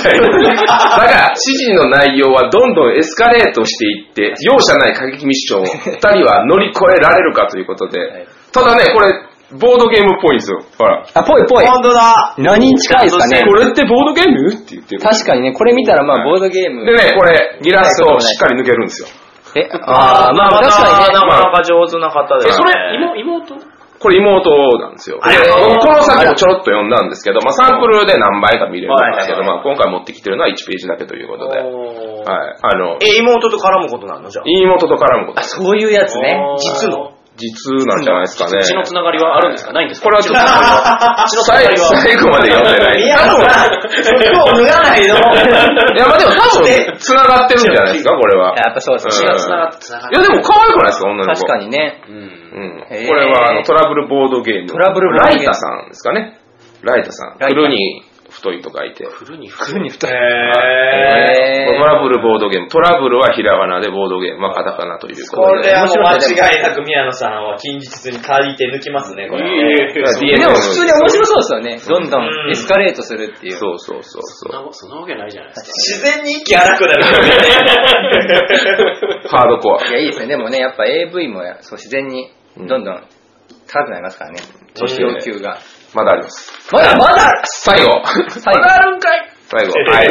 態。だが、指示の内容はどんどんエスカレートしていって、容赦ない過激ミッションを、二人は乗り越えられるかということで、ただね、これ、ボードゲームっぽいんですよ。ほら。あ、ぽいぽい。本当だ何に近いですかね。これってボードゲームって言ってる。確かにね、これ見たらまあ、ボードゲーム。でね、これ、ギラスをしっかり抜けるんですよ。え、ああ、まあ、確かにね。まあか上手な方だえ、それ、妹これ妹なんですよ。でこの先もちょろっと読んだんですけど、まあサンプルで何倍か見れるんですけど、はいまあ今回持ってきてるのは1ページだけということで、はい。あの、え、妹と絡むことなのじゃあ。妹と絡むことあ、。そういうやつね。実の。実なんじゃないですかね。血のつながりはあるんですかないんですかこれはちょっと最後、最後まで読んでない。いや、今日脱がないのまあでも多分、繋がってるんじゃないですか、これは。やっぱそうですね。うん血が繋がって繋がっいて。や、でも可愛くないですか、女の子。確かにね。うん。こへーれはあのトラブルボードゲーム。トラブルボードゲームライタさんですかね。ライタさん。ライタ黒に太いと書いて。フルにフルにトへーラブルボードゲーム。トラブルはひらがなで、ボードゲームはカタカナというこことれで。はもう間違いなく宮野さんは近日に借りて抜きますね、これは。いでやも普通に面白そうですよね。どんどうんんエスカレートするっていう。そうそうそうそう。そんなわけないじゃないですか。自然に息荒くなる。ハードコア。いや、いいですね。でもね、やっぱ AV もやそう自然にどんどん高くなりますからね。そして要求が。まだあります。まだまだ最後。最後。最後。はい。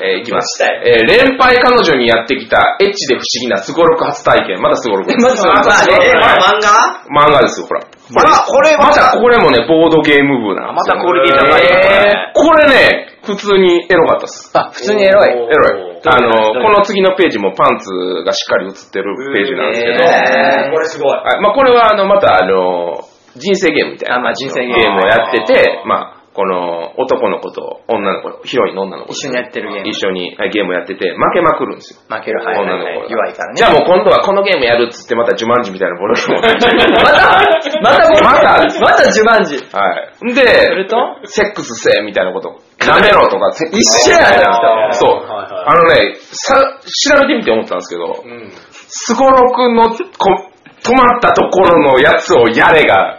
えー、いきます。えー、連敗彼女にやってきた、エッチで不思議なスゴロク初体験。まだスゴロクです。まだスゴロクまだまあスゴねロクまあはい漫画漫画ですよ、ほら。ほら、これまたこれもね、ボードゲーム部なんまですよたクオリティ高いなえーこれね、普通にエロかったっす。あ、普通にエロい。エロい。あの、この次のページもパンツがしっかり写ってるページなんですけど、えこれすごい。はいまあこれはあの、またあの、人生ゲームみたいな。あまあ人生ゲームをやってて、まあ、この男の子と女の子、ヒロインの女の子と一緒にやってるゲーム一緒にはいゲームをやってて、負けまくるんですよ。負ける、はいはいはい女の子が弱いからね。じゃあもう今度はこのゲームやるっつってまたジュマンジみたいなボロゲームをやってるまた、またですまたジュバンジ。はい。で、 セックスせえみたいなこと、舐めろとか、せ一緒やあなーそう。はいはいあのね、さ、調べてみて思ったんですけど、うん。スゴロクの、こ、止まったところのやつをやれが、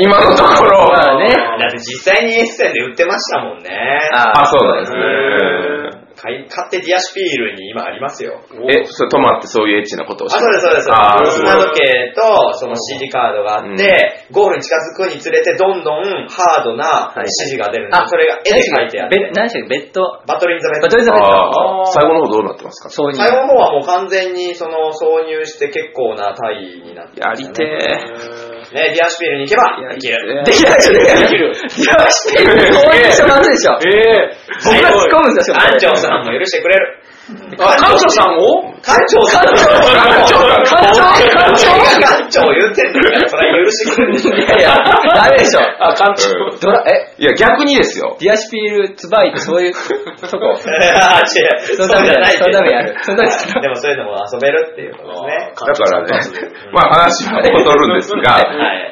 今のところ、まあね。だって実際にエッセンで売ってましたもんね。あ、そうなんですうね。ん買い買ってディアシピールに今ありますよ。え、それ止まってそういうエッチなことをあ、しそてうです、そうです。あーすごい砂時計と、その CD カードがあって、ゴールに近づくにつれて、どんどんハードな指示が出るんですよ。あそれが絵で書いてあっべて。何でしたっけベッド、バトルインザベッバトド。ルザベッあー最後の方どうなってますかド挿入。最後の方はもう完全にその挿入して結構な体位になってやましりたてね。え。ね、ディアシピールに行けば、やでりきてる。えできないですよね。できる。やしてる。こういう人まずいでしょ。え僕が突っ込むんですよ。館長さんも許してくれる。ぇ、ー。あ、感謝さんを館長さんも館長館長館長言ってんだから、それは許してくれるでしょ。いやいや、ダメでしょ。あ、館長。うんドラ、え、いや、逆にですよ。ディアシピール、ツバイってそういうとこ。あー違う。そのためじゃやないる。そけどのためやる。そのためやる。でもそういうのも遊べるっていうことですね。だからね、まあ話は戻るんですはが、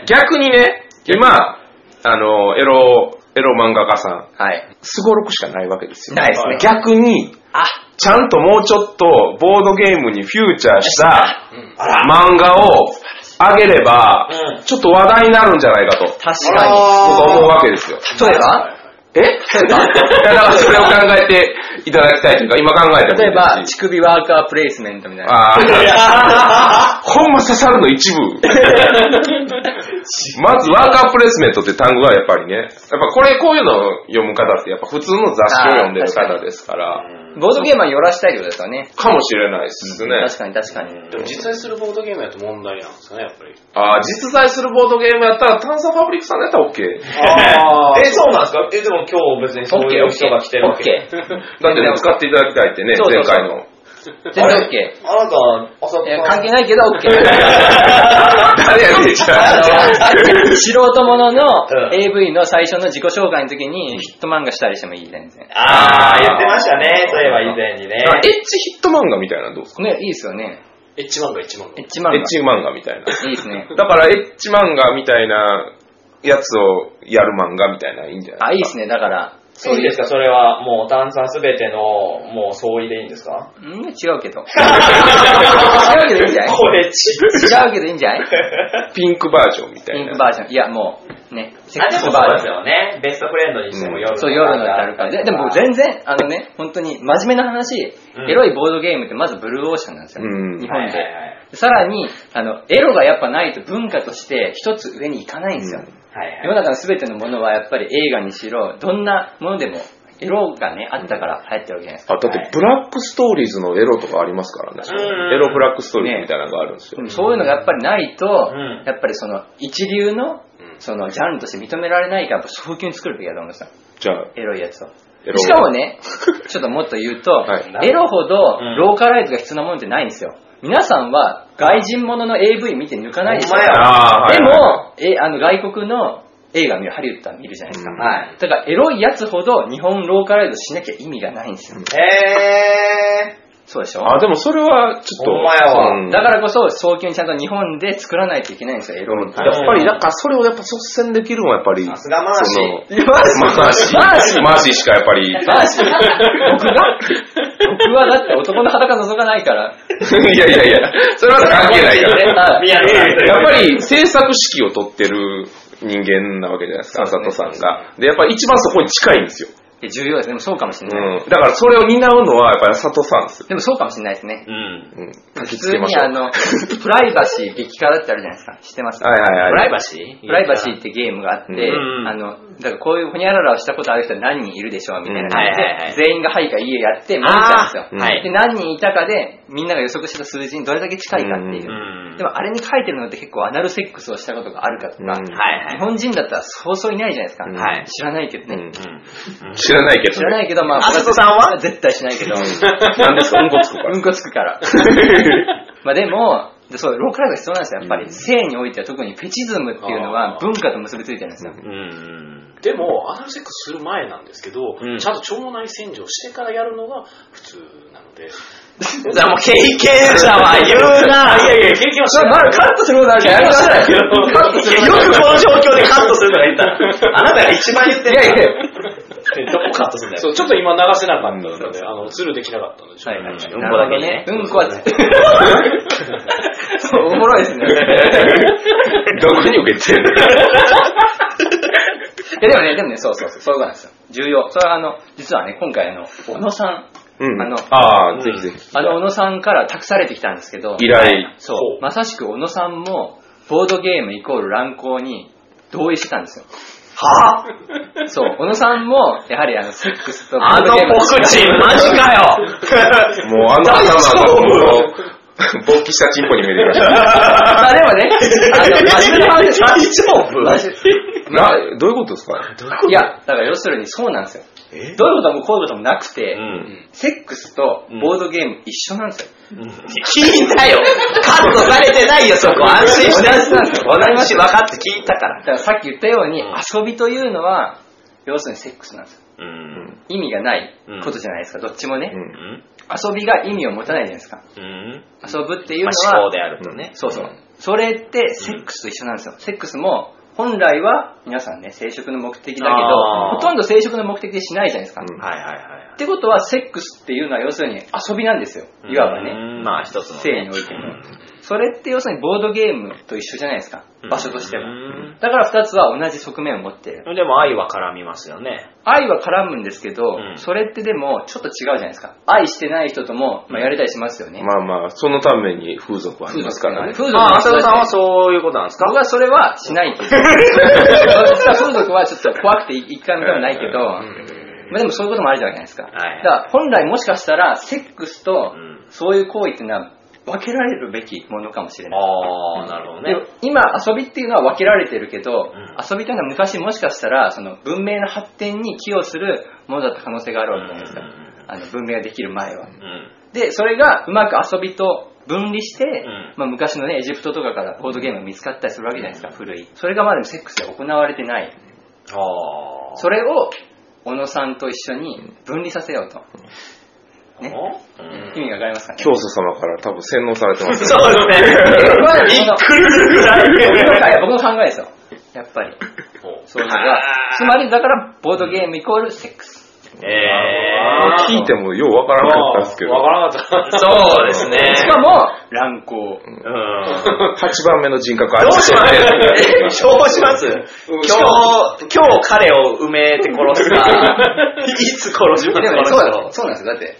逆にね、今、あの、エロ、エロ漫画家さん、はい。スゴロクしかないわけですよ。ないですね逆に、あ、ちゃんともうちょっとボードゲームにフューチャーしたあら漫画をあげればう、んちょっと話題になるんじゃないかと、確あらか僕は思うわけですよ。に。例えばえだからそれを考えていただきたいというか、今考えてもいい例えば、ですし乳首ワーカープレイスメントみたいな。ああ、ほんま刺さるの一部。まずワーカープレスメントって単語がやっぱりね、やっぱこれこういうのを読む方ってやっぱ普通の雑誌を読んでる方ですから、ボードゲーマーに寄らしたいってことですよね。かもしれないですね。確かに確かに。でも実際するボードゲームやと問題なんですかね、やっぱり。ああ、実在するボードゲームやったら炭酸ファブリックさんだったら OK。あーえ、そうなんですかえ、でも今日別にそういう人が来てるオわッけ。ケだってね、使っていただきたいってね、そうそ前うそう回 の。ー。全然オッケー。あなた、あそこいや関係ないけどオッケー。 誰やねん、じゃあ。素人ものうのん AV の最初の自己紹介の時にヒット漫画したりしてもいい全然。あー、言ってましたね。そういえば以前にね。エッチヒット漫画みたいなのどうですかね、いいですよね。エッチ漫画、エッチ漫エ画。ッチ漫画。エッチ漫画みたいな。いいですね。だから、エッチ漫画みたいなやつをやる漫画みたいなのいいんじゃないあ、いいですね。だから、そういいですかそれはもう炭酸すべてのもう相違でいいんですかん違うけど。違うけどいいんじゃないこれち。違うけどいいんじゃないピンクバージョンみたいピンなク。バージョン。いや、もう、ね。あ、でもそうですよ ね。ベストフレンドにしても夜のそう、夜のやるから。で、でも全然、あのね、本当に真面目な話、うんエロいボードゲームってまずブルーオーシャンなんですよ。うん日は本いで。はいはい。さらに、あの、エロがやっぱないと文化として一つ上に行かないんですよ。はい世はのい。中の全てのものはやっぱり映画にしろ、どんなものでも、エロがね、あったから流行ってるわけじゃないですか。あ、だって、ブラックストーリーズのエロとかありますからね。うんエロブラックストーリーズみたいなのがあるんですよ。でもそういうのがやっぱりないと、うんやっぱりその一流のん、そのジャンルとして認められないから、やっぱ早急に作るべきだと思いますよじゃあ、エロいやつを。エロしかもね、ちょっともっと言うと、はいエロほどうんローカライズが必要なものってないんですよ。皆さんは外人ものの AV 見て抜かないでしょ。ほんまやあーではも、えあの外国の映画見る、ハリウッドは見るじゃないですか。うんはい。だからエロいやつほど日本ローカライズしなきゃ意味がないんですよ。えそうでしょあ、でもそれは、ちょっと。ほんまやわうんだからこそ早急にちゃんと日本で作らないといけないんですよ、エロうんい。やっぱり、だからそれをやっぱ率先できるのはやっぱり、ー、さすがマーシそーの。マジマーシー。マーシーしかやっぱり。 マジ僕が僕はだって男の裸覗かないから。いやいやいや、それは関係ないから。あ宮野さんというやっぱり制作指揮を取ってる人間なわけじゃないですか、そう佐藤ですさねんが。で、やっぱり一番そこに近いんですよ。重要ですね。でもそうかもしうれない。ん。だからそれを担うのはやっぱり佐藤さんですよ。でもそうかもしれないですね。うん。うん。普書きつ通けまにしょう。あの、プライバシー激辛ってあるじゃないですか。知ってますはいはいはい。プライバシープライバシーってゲームがあって、うんあの、だからこういうほにゃららをしたことある人は何人いるでしょうみたいな感じうんはいはいで、はい全員がはいかいいえやって、見ちゃうんですよ、あーはいで、何人いたかで、みんなが予測した数字にどれだけ近いかっていうう。ん。でもあれに書いてるのって結構アナルセックスをしたことがあるかとか、うん日本人だったらそうそういないじゃないですか。うんはい知らないけどね。うんうん。知らないけど。知らないけど、まあ、あすとさんは絶対しないけど、なんですか、うんこつくから。うんこつくから。 まあでも、でそう、ローカルが必要なんですよ。やっぱり、性においては特にフェチズムっていうのはあー文化と結びついてるんですよ。うん。でも、アナルセックスする前なんですけど、うんちゃんと腸内洗浄してからやるのが普通なので。じゃあもう経験者は言うないやいや、経験はしてない。カットすることあるからやめなさいよ。カットするよくこの状況でカットするとか言ったら。あなたが一番言ってる。いやいやどこカットすんだ そよ。う、ちょっと今流せなかったので、あの、ツルできなかったので、ちょっはいとうんなこだけにるほどねね。うんこは、 そうおもろいですね。どこに受けて るいやでもね、でもね、そうそうそう、そういうことなんですよ。重要。それはあの、実はね、今回あの、小野さん、うん。あのああ、ぜひぜひ。あの小野さんから託されてきたんですけど、依頼。そう、まさしく小野さんも、ボードゲームイコール乱行に同意してたんですよ。はぁそう、小野さんも、やはりあの、セックスとボあードのゲーム告知、マジ かよもうあの頭がもう、勃起したチンポに見えてました。まあでもね、あの、真面目な話です。 大丈な、どういうことですか夫いや、だから要するにそうなんですよ。どういうこともこういうこともなくて、うん。セックスとボードゲーム一緒なんですよ。聞いたよカットされてないよ、そこ。安心して。同じなんですよ 私、分かって聞いたからだ。からさっき言ったように、遊びというのは、要するにセックスなんですよ。うん。意味がないことじゃないですか、どっちもね、うん遊びが意味を持たないじゃないですか。うん。遊ぶっていうのまは、あ思考であるとね。そうそう。それってセックスと一緒なんですよ。セックスも、本来は皆さんね、生殖の目的だけど、あーほとんど生殖の目的でしないじゃないですか。うんはいはいはい。ってことは、セックスっていうのは要するに遊びなんですよ。いわばね。うんまあ、一つの性ねにおいても。それって要するにボードゲームと一緒じゃないですか。場所としてうは。んだから二つは同じ側面を持っている。でも愛は絡みますよね。愛は絡むんですけど、うんそれってでもちょっと違うじゃないですか。愛してない人とも、まあ、やれたりしますよね。まあまあ、そのために風俗はあ風ります俗からね。風俗あ、の浅人田たちさんはそういうことなんですか僕はそれはしない けど。私は風俗はちょっと怖くて一回も多分ないけど、まあでもそういうこともあるじゃないですか。だはいから本来もしかしたら、セックスとんそういう行為っていうのは分けられるべきものかもしれない。ああ、なるほどねで。今遊びっていうのは分けられてるけど、ん遊びというのは昔もしかしたらその文明の発展に寄与するものだった可能性があるわけじゃないですか、うんうんあの文明ができる前は、うん。でそれがうまく遊びと分離して、んまあ、昔のねエジプトとかからボードゲームが見つかったりするわけじゃないですか、古いそれがまだセックスで行われてないああ。それを小野さんと一緒に分離させようと、ね、うん意味が分かりますかね教祖様から多分洗脳されてますよ。そうですね。びっくりするぐら僕の考えい。僕の考えですよやっぱりそういうのがつまりだからボードゲームイコールセックスえ聞いてもようわからなかったんですけど、わからなかっー、た。そうですね。しかも、乱行。うん。 8番目の人格あどっうちしますどうします今日、今日彼を埋めて殺すか、いつ殺しますでか、もね、こそうのだ人。そうなんですよ。だって、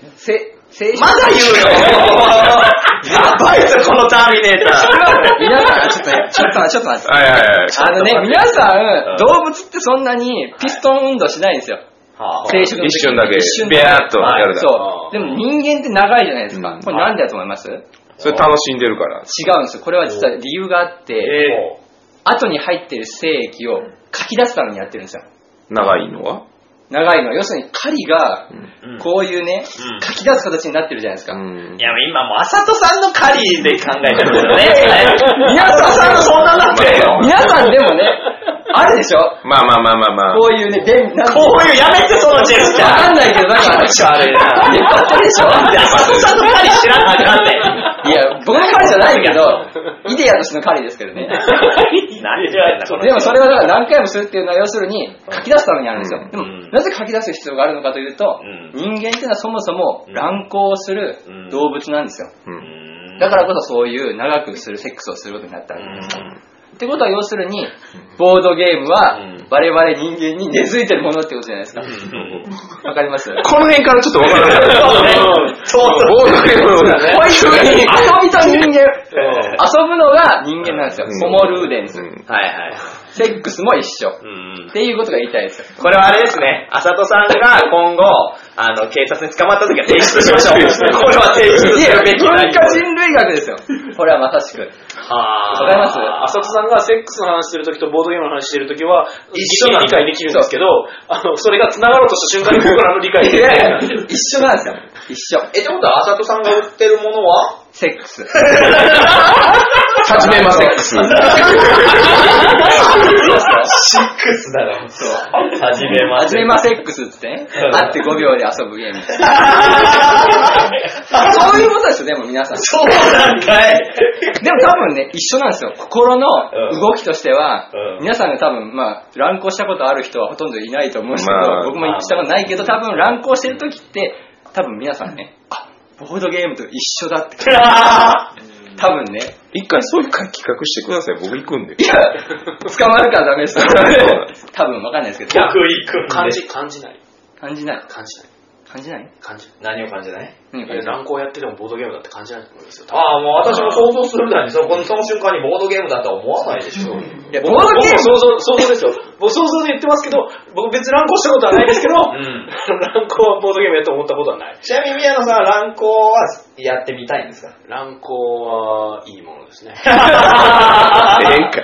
せ、正まだ言うのやばいぞ、このターミネーター。皆さん、ちょっと、ちょっと、ちょっと待って。はいはいはい。あのね、皆さん、動物ってそんなにピストン運動しないんですよ。生殖の時一瞬だけ一瞬、だビけャーっとやるだけ。そう。でも人間って長いじゃないですうかん。これなんでだと思います違うんでそれ楽しんでるから。すよ。これは実は理由があって、え後に入ってる精液をかき出すためにやってるんですよ。長いのは長いのは。要するに狩りが、こういうね、んかき出す形になってるじゃないですか。んい。や、もう今もう、あさとさんの狩りで考えてるんで すよね。 皆さん、そんななってるよ皆さんでもね、あるでしょまあまあまあまあまあ。こういうね、便なんこういう、やめて、そのジェスチャー。わ かんないけど、なんか、気持ち悪いな言っちゃってるでしょあさとさんの狩り知らなあかんねいや、僕の狩りじゃないけど、イデアとしての狩りですけどね。何言ってんだ、このでもそれはだから何回もするっていうのは要するに書き出すためにあるんですよ。うんでもなぜ書き出す必要があるのかというと、人間っていうのはそもそも乱行をする動物なんですよ。うんだからこそそういう長くするセックスをすることになったわけです。ってことは要するに、ボードゲームは我々人間に根付いてるものってことじゃないですか。わかりますこの辺からちょっとわからなかった。そうボードゲームの急に遊びと人間遊ぶのが人間なんですよ。うんホモルーデンス。うんはいはい。セックスも一緒。っていうことが言いたいですよ。これはあれですね、あさとさんが今後、あの、警察に捕まった時は提出しましょう。 これは提出いすや、るべき文内容化人類学ですよ。これはまさしく。わわかります浅田さんがセックスの話してるときとボードゲームの話してるときは、一緒緒なんにで理す解できるんですけど、あの、それが繋がろうとした瞬間に僕らの理解い できやいなやい。一緒なんですよ。一緒。え、ってことは、あさとさんが売ってるものはセックス。初めまセックス。シックスだろ。そう。はじめま初めまセックスっつってね。会って5秒で遊ぶゲーム。そういうことですよ、でも皆さん。そうなん かい。 でも多分ね、一緒なんですよ。心の動きとしては、うん皆さんが多分、まあ、乱行したことある人はほとんどいないと思うんですけど、まあ僕もしたことないけど、多分乱行してる時って、多分皆さんね、あ、ボードゲームと一緒だって。多分ね、一回そういう回企画してください。僕行くんで。いや、捕まるからダメですよ。多分わかんないですけど、逆行くんで。感じ、感じない。感じない。感じない。感じない感じない。何を感じない何いや乱行やっててもボードゲームだって感じないと思いますよ。多分ああ、もう私も想像するだに、そこのその瞬間にボードゲームだとは思わないでしょ。いや、ボー僕ドもゲーム想像、想像ですよ。僕想像で言ってますけど、僕別に乱行したことはないですけど、ん 乱行はボードゲームやと思ったことはない。ちなみに宮野さん、乱行はやってみたいんですか乱行はいいもの ですね。ええん か。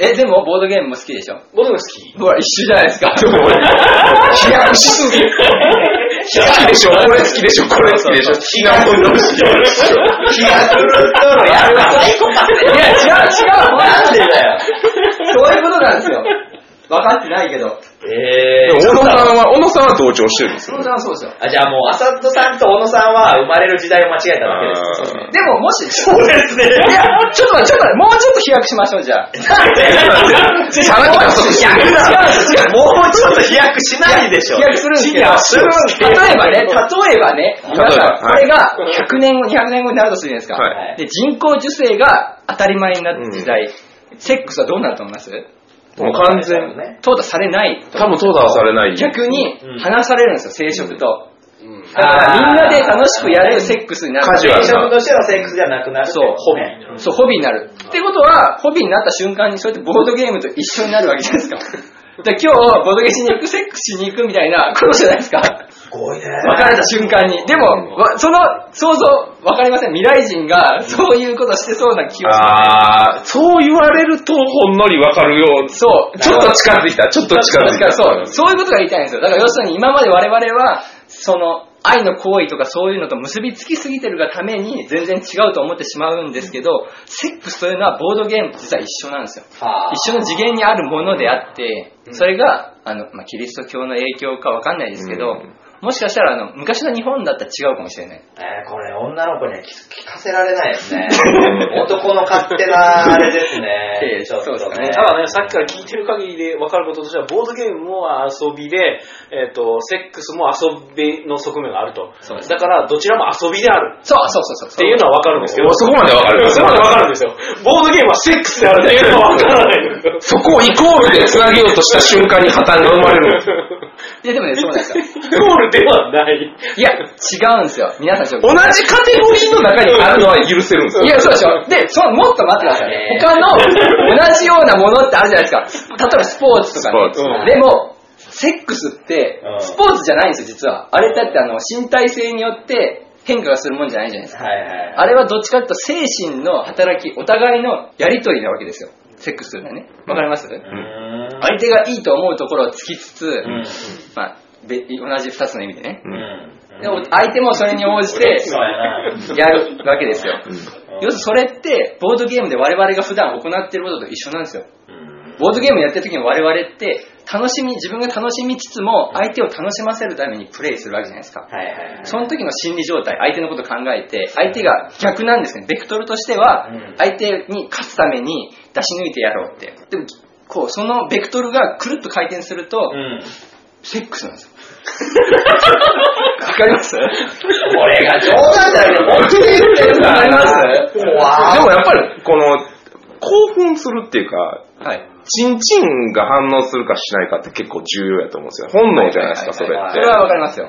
え、でもボードゲームも好きでしょボードゲーム好き。ほら、一緒じゃないですか。飛躍しすぎ。好きでしょ、これ好きでしょ、これ好きでしょ。気が運動してるでしょ。気が狂っとるやるわ。最高パスいや、違う、違う、なんでだよ。そういうことなんですよ。分かってないけど。えでも小野さんは、小野さんは同調してるんですそよの。さんはそうですよ。あ、じゃあもう、浅戸さんと小野さんは生まれる時代を間違えただけです。あーでも、もし、いそうです ね。や、ちょっと待って、ちょっと待って、もうちょっと飛躍しましょう、じゃあ。さらに加速して逆るだもうちょっと飛躍しないでしょ飛。躍するんですけど、例えばね、例えばね、皆例えさばん、これが100年後、200年後になるとするじゃないですか。はいで、人工授精が当たり前になった時代、セックスはどうなると思いますもう完全。ね。淘汰されない。多分、淘汰はされない。逆にうん離されるんですよ、生殖と。うんだからみんなで楽しくやれるセックスになる。カジュアル定食としてのセックスじゃなくなるってそうホビー。そう、ホビーになる。ってことは、ホビーになった瞬間にそうやってボードゲームと一緒になるわけじゃないですか。で今日、ボードゲームしに行く、セックスしに行くみたいなことじゃないですか。すごいね。別れた瞬間に。でも、わその想像、わかりません。未来人がそういうことしてそうな気がしまああ、そう言われるとほんのりわかるよう。す。そう。ちょっと近づいた、ちょっと近づいた。そう。そういうことが言いたいんですよ。だから要するに今まで我々は、その、愛の行為とかそういうのと結びつきすぎてるがために全然違うと思ってしまうんですけど、セックスというのはボードゲームと実は一緒なんですよ。は一緒の次元にあるものであって、それが、あの、まあ、キリスト教の影響かわかんないですけど、もしかしたらあの昔の日本だったら違うかもしれない。えー、これ女の子には聞かせられないですね。 男の勝手なあれですええね。ちょっと そうですねね。ただね、さっきから聞いてる限りで分かることとしては、ボードゲームも遊びで、えっ、と、セックスも遊びの側面があると。そうですだから、どちらも遊びであるそうそうそうそう。っていうのは分かるんですけど、そこまでわかる。そこまで分かるんですよ。ボードゲームはセックスであるっていうのは分からないんですよ。そこをイコールで繋げようとした瞬間に破綻が生まれるんですよ。いやでもね、そうなんですよ。イコールではない。いや、違うんですよ。皆さんちょっと同。じカテゴリーの中にあるのは許せるんですよ。いや、そうでしょ。で、そもっと待ってくださいね。他の同じようなものってあるじゃないですか。例えばスポーツとか、ね。スポーツでも、セックスってうん、スポーツじゃないんですよ、実は。あれだってあの、身体性によって変化がするもんじゃないじゃないですか。はいはい。あれはどっちかというと精神の働き、お互いのやりとりなわけですよ。セックスというのはね。わかります、うーん相手がいいと思うところを突きつつ、うんまあ、べ同じ二つの意味でね。うんでも相手もそれに応じて、そうやな。やるわけですよ。ん要するにそれって、ボードゲームで我々が普段行ってることと一緒なんですよ。ボードゲームやってる時に我々って、楽しみ、自分が楽しみつつも、相手を楽しませるためにプレイするわけじゃないですか。はいはいはい。その時の心理状態、相手のこと考えて、相手が逆なんですね。ベクトルとしてはうん、相手に勝つために出し抜いてやろうって。でも、こう、そのベクトルがくるっと回転すると、うん。セックスなん ですよ。わかりますこれが冗談じゃなくて、本気で言ってるんだわかります怖でもやっぱり、この、興奮するっていうか、はい。チンチンが反応するかしないかって結構重要やと思うんですよ。本能じゃないですか、それっそてれ。はわかりますよ。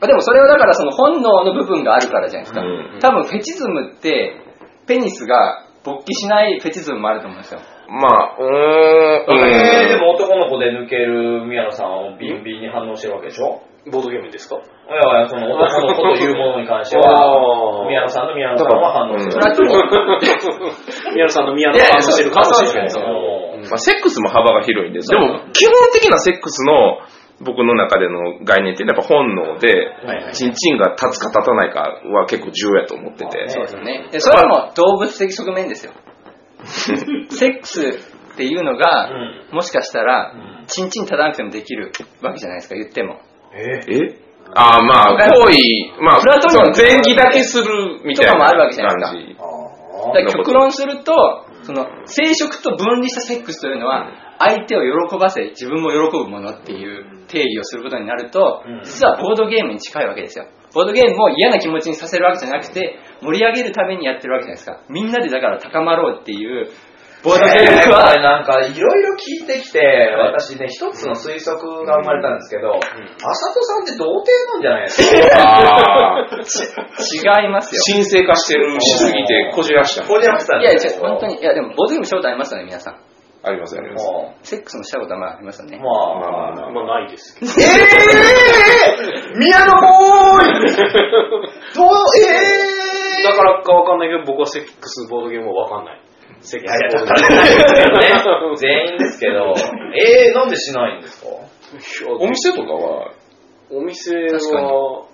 でもそれはだからその本能の部分があるからじゃないですか。うん多分フェチズムって、ペニスが勃起しないフェチズムもあると思うんですよ。まあ、うーん。えー、でも男の子で抜ける宮野さんをビンビンに反応してるわけでしょボードゲームですかいやいや、その男の子というものに関してあはー、宮野さんの宮野さんは反応してそるれ。はちょっと宮野さんの宮野さんしてるかもしれないですそけうど。おーまあ、セックスも幅が広いんです。でも、基本的なセックスの僕の中での概念っていうのはやっぱ本能で、チンチンが立つか立たないかは結構重要やと思ってて。そうですよね。でそれはもう動物的側面 ですよ。セックスっていうのが、うもしかしたら、うチンチン立たなくてもできるわけじゃないですか、言っても。ええああ、まあ、行為、まあ、プラトニックそう前期だけするみたいなとかもあるわけじゃないですか感じーあだから極論すると、その、生殖と分離したセックスというのは、相手を喜ばせ、自分も喜ぶものっていう定義をすることになるとうん、実はボードゲームに近いわけですよ。ボードゲームも嫌な気持ちにさせるわけじゃなくて、盛り上げるためにやってるわけじゃないですか。みんなでだから高まろうっていう、ボードゲえーームこれは、なんかいろいろ聞いてきて、私ね、一つの推測が生まれたんですけど、あさとさんって童貞なんじゃないですかああ、違いますよ。 神聖化してるしすぎてこじらしたの。こじゃくさんいや、違う、本当。に。いや、でも、ボードゲームしたことありますよね、皆さん。ありますあります。もセックスもしたことはまあありますよう、ね。まあ、まあ、ないですけど。えー宮野ボーイどう、えーだからかわかんないけど、僕はセックスボードゲームはわかんない。セックいやいや、スだっボーたらドゲないですよねーム。全員ですけど、えー、なんでしないんですかお店とかは、お店は、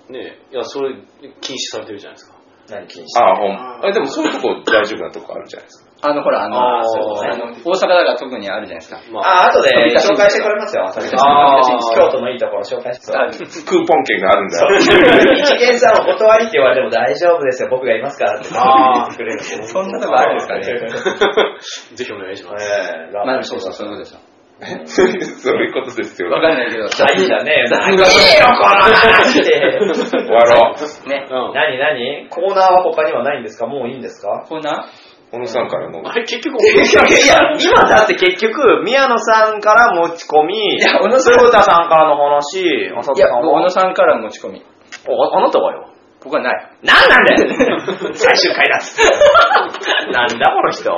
ね、いや、それ禁止されてるじゃないですか。何禁止ああ、ほん、あでもそういうとこ大丈夫なとこあるじゃないですか。あの、ほら、あの、あーそうあの大阪だから特にあるじゃないですか。まあ、あ、あとで紹介してくれますよ、朝日さん。あー京都のいいところ紹介してくれます。クーポン券があるんだよ。一元さんお断りって言われても大丈夫ですよ、僕がいますからって言あーってくれるんで。そんなとこあるんですかね ぜひお願いします。えー、まあ、そうそう、そういうことでしょ。 そういうことですよ。わかんないけど、大事だね。雑何によ、この話終わろう。ね。うん何何コーナーは他にはないんですかもういいんですかコーナ小野さんからの。あれ、結局、いやいや、今だって結局、宮野さんから持ち込み、や小野さん鶴田さんからの話、あさーといさや、ん僕小は野さんからの持ち込み。おあなたはよ。僕はない。なんなんだよ 最終回だっつってなんだこの人。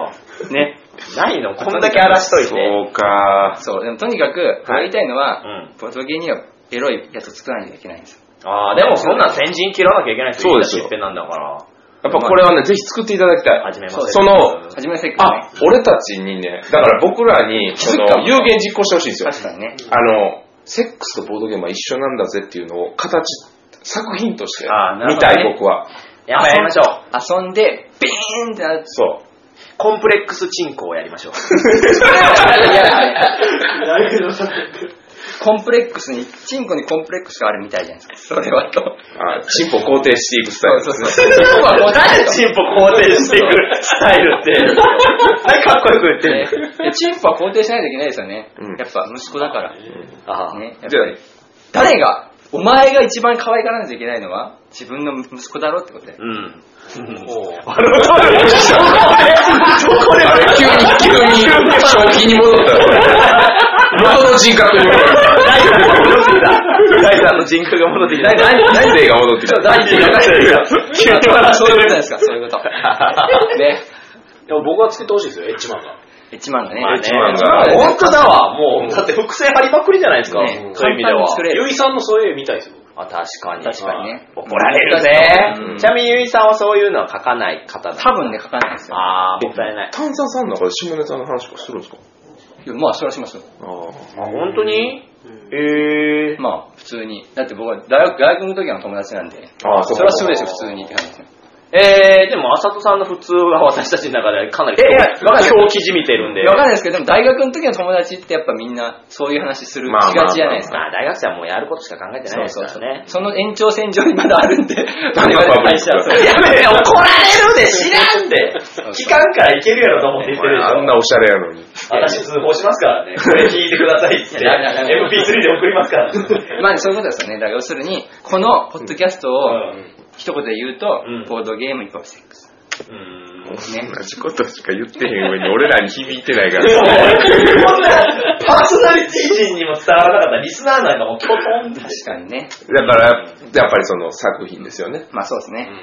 ね。ないのこんだけ荒らしといて。そうか。そう、でもとにかく、やりたいのは、うんボトゲにはエロいやつを作らないといけないんですよ。ああ、でもそんなん先陣切らなきゃいけない人そういでたすしよっぺんなんだから。やっぱこれはね、ぜひ作っていただきたい。始めませんその、初めセックスあね。、俺たちにね、だから僕らに、そ気づくかの、も有言実行してほしいんですよ。確かにね。あの、セックスとボードゲームは一緒なんだぜっていうのを形、作品としてあーなる見ほどたねい、僕は。やっぱやりましょう。遊んで、ビーンってなって。そコンプレックスチンコをやりましょう。いやいやいやだけどさ、コンプレックスに、チンコにコンプレックスがあるみたいじゃないですか。それはと。あ進歩肯定していくスタイル。そうそう そう。チン コはこうなると。進歩肯定していくスタイルって。なんかかっこよく言ってる。ねいやチンポは肯定しないといけないですよねうん。やっぱ息子だから。ああね、やっじぱゃり誰が、お前が一番可愛がらなきゃいけないのは自分の息子だろってことで。うん。あの通りそこで、そこであれ、急に、急に、正気に戻った。元の人格に戻った。第三が戻ってきた。第三の人格が戻ってきた。何でが戻ってきた。第一が戻ってきた。急に笑っそうていうこるとなんですか、そういうこと。ね、でも僕はつけてほしいですよ、エッチマンが。 1万だね。一番まあが。本当だわ。もう、だって複製張りまくりじゃないですか。ねそういう意味で簡単はに。作れるゆいさんのそういう絵見たいですよ。あ、確かに。確かにね。怒られるぜ、うんちなみにゆいさんはそういうのは書かない方だ。多分ね、書かないですよ。あー、もったいない。炭酸さんの中で下ネタの話とかするんですかいやまあ、それはしますよ。ああ。あ、本当にえー。まあ、普通に。だって僕は大学、大学の時の友達なんで。ああ、そそれはすごいですよ、普通にって感じですね。えー、でも、あさとさんの普通は私たちの中でかなりいやいやわかる表記じみてるんで。わかんないですけど、でも大学の時の友達ってやっぱみんなそういう話する、まあまあしがちじゃないですか。まあ、大学生はもうやることしか考えてないですからね。その延長線上にまだあるんで、何がパブリックだ我々の会社はそやれめて、怒られるで、知らんで。聞かんからいけるやろと思って言ってるでしあんょ。なおしゃれやのに。私通報しますから ね。これ聞いてくださいって。いやダメだダメだ MP3 で送りますから。うまあそういうことですよね。だから要するに、このポッドキャストを一言で言うと、うんボードゲームイコールセックス。ん。ね。同じことしか言ってへん上に俺らに響いてないかでもら。こんなパーソナリティ陣にも伝わらなかったリスナーなんかもキョトン って。確かにね。だから、やっぱりその作品ですよね。まあそうですうね。ん。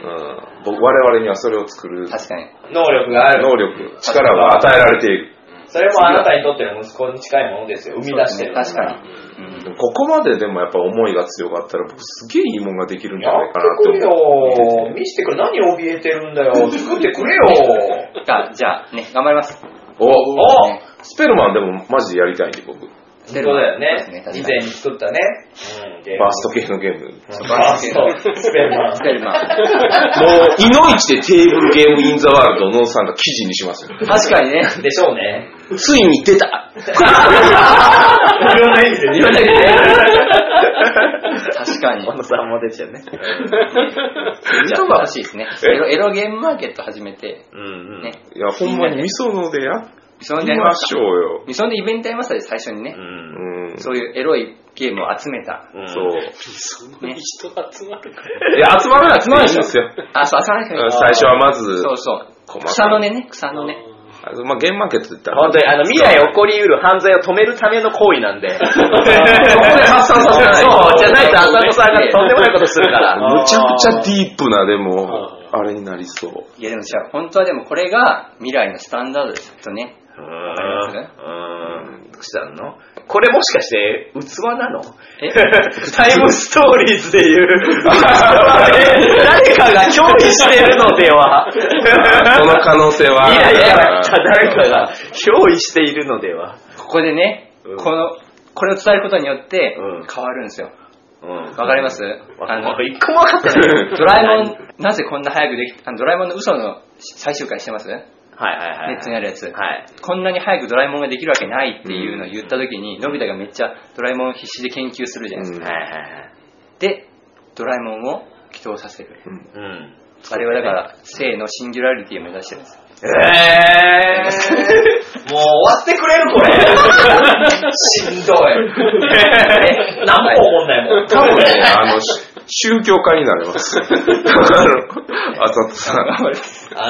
僕、我々にはそれを作る確かに。能力がある。能力、力が与えられている。それもあなたにとっての息子に近いものですよ。生み出してる。確かに。うんここまででもやっぱ思いが強かったら、僕すげえいいもんができるんじゃやなっいてかなってくれ思う。よ。見してくれ。何怯えてるんだよ。作ってくれよ。がじゃあね、頑張ります。おおねスペルマンでもマジでやりたいんで、僕。本当だよそうでね。す以ね前に作ったね。バースト系のゲーム。ト。バースト。スペル マンス。ペルマン。もう、いのいちでテーブルゲームインザワールドのさんが記事にしますよ。確かにね。でしょうね。ついに出たいろんな意味で。いろんな意味確かに。小野さんも出ちゃうね。じゃあ、欲しいですね。エロエロゲームマーケット始めて、うんうん。ね。いや、ほんまに味噌のでやっミソンでやてみりままししたょうよ。ミソンでイベントやりましたで、最初にねう。ん。うん。そそういうエロいゲームを集めた。う。そんなに 人が集ま るから。いや、集まらない、集まらないですよ。あ、そう、集まらなきゃいけ最ない。初はまず、そうそう。細かい草の根ね、草の根。あのまあ、ゲームマーケットって言ったら、本当に、あの、未来起こり得る犯罪を止めるための行為なん で。そこで発散させないとそう、じゃないと浅野さんがとんでもないことするから。むちゃくちゃディープな、でもあ、ーあれになりそう。いやでもじゃあ、本当はでもこれが未来のスタンダードですとね。うわかりん。どうしたのこれもしかして、器なのえタイムストーリーズでいう、 誰かが憑依してるのでは その可能性はあ未る来から来た誰かが憑依しているのではここでね、うんこの、これを伝えることによってうん変わるんですよ。うん。わかりますあの、一個も分かって ない。 ドラえもん、なぜこんな早くできた、あのドラえもんの嘘の最終回してますネはいはいはい。ットにあるやつ。はい。こんなに早くドラえもんができるわけないっていうのを言った時に、のび太がめっちゃドラえもんを必死で研究するじゃないですか。はいはいはい。で、ドラえもんを祈祷させる。うん。あれはだから、性のシンギュラリティを目指してるんです。えー、もう終わってくれるこれ。しんどい。何も怒んない もん。多分ね、あの、し宗教家になれ ます。あの、あさとさん。あ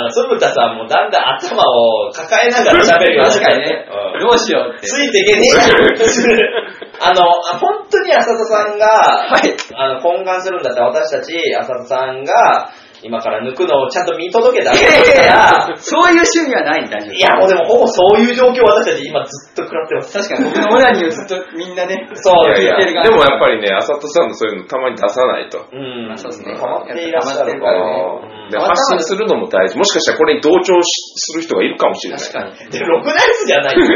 の、つぶたさんもだんだん頭を抱えながら喋るようになって。確かにねうんどうしようってつ。いていけねえあの、あ本当に浅田さんが、あの、懇願するんだったら私たち、浅田さんが、今から抜くのをちゃんと見届けたわけだから、そういう趣味はないんだよ。いや、もうでもほぼそういう状況私たち今ずっと食らってます。確かに僕のオナニーをずっとみんなね、そうい聞やいているや、側でもやっぱりね、あさとさんのそういうのたまに出さないと。うん。そうですね変わっていらっしゃるかだら変ねわ。あーで発信するのも大事。もしかしたらこれに同調しする人がいるかもしれない。確かに。で、ろくなやつじゃないよ。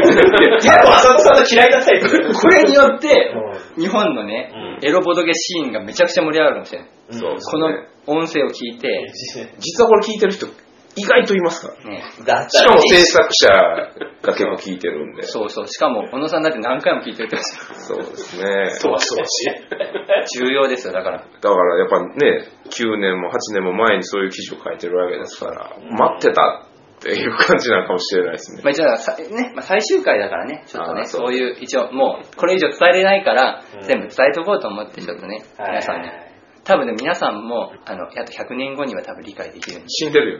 結構浅田さんの嫌いだったりする。これによってう、日本のね、エロボドゲシーンがめちゃくちゃ盛り上がるかもしれない。そうこの音声を聞いて、実はこれ聞いてる人、意外といますから。ねだっしたからもね制作者が結構聞いてるんで。そうそう。しかも、小野さんだって何回も聞いてるって言ってま しそうですね。そうはそうし。た重要ですよ、だから。だからやっぱね、9年も8年も前にそういう記事を書いてるわけですから、待ってたっていう感じなのかもしれないですね。まあ一応だからさ、ね、まあ、最終回だからね、ちょっとあね、ーそうそういう、一応、もう、これ以上伝えれないから、うん全部伝えとこうと思って、ちょっとね、皆さんに。多分ね、皆さんも、あの、やっと100年後には多分理解できるんで。死んでるよ。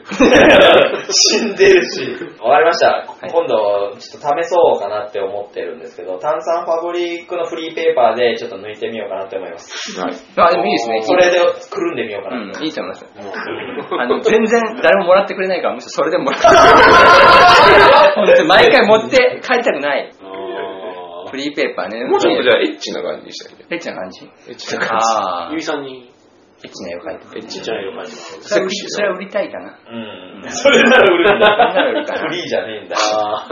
死んでるし。わかりました。い今度、ちょっと試そうかなって思ってるんですけど、炭酸ファブリックのフリーペーパーでちょっと抜いてみようかなって思います。はい。あ、でもいいですね。それでくるんでみようかな。うん、いいと思います。もうあの、全然誰ももらってくれないから、むしろそれでもらってくれない。本当に毎回持って帰りたくない。フリーペーパーね。 もうちょっとじゃゃあエッチな感じにしたいね。エッチな感じ。エッチな感ああゆ。いさんに、エッチな絵を描いて。じ。エッちチじっちゃゃいの感じます。それは売りそれは売りたいかな。うん。それなら売売るんるかだ。らフリーじゃねえんだ。あ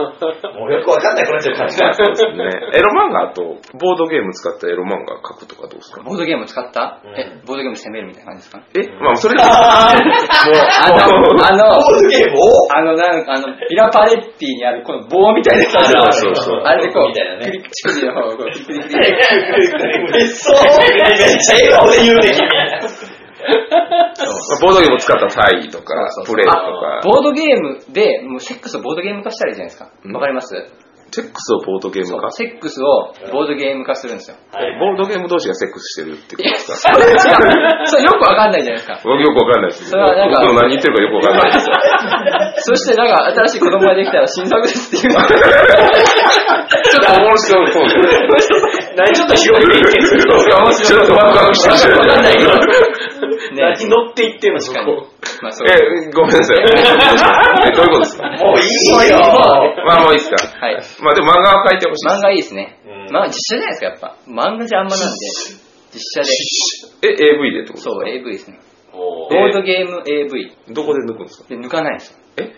もうよくわかんなくなっちゃう感じなんですよ。ね。エロ漫画と、ボードゲーム使ったエロ漫画書くとかどうですかボードゲーム使ったうんえ、ボードゲーム攻めるみたいな感じですかえ、まあそれが、あの、あの、ボードゲームをあの、なんか、あの、ビラパレッティにある、この棒みたいなやつあるあそうそうあれでこみたいなう、ねクリッチクリの方をこう、クリクリクリ嬉しそうめっちゃ笑顔で言うね、君。ボードゲーム使ったタイとかそうそう、そうプレイとあか、ボードゲームで、もうセックスをボードゲーム化したらいいじゃないですか。うんわかりますセックスをボードゲーそムう化。セックスをボードゲーム化するんですよ。えボードゲーム同士がセックスしてるってことですか それ違う。それよくわかんないじゃないで すか。僕よくわかんないです。それはなんか僕も何言ってるかよくわかんない です。そしてなんか新しい子供ができたら新作ですっていう。ちょっと面白い。面白そうね。ちょっと広げていってるちょっとワクワクしてきわかんないけどた。。ね何乗っていってんの、そ確か にこ。。まあそう。え、ごめんな さい。えどういうことですかもういいよ。まあもういいですか。はい。まあでも漫画は書いてほしい漫画いいですねうん。漫画実写じゃないですか、やっぱ。漫画じゃあんまなんで。実写で。です。え、AV でってことですそかう、AV ですね。ボおーードゲーム AV。どこで抜くんですかで、抜かないんですよ。え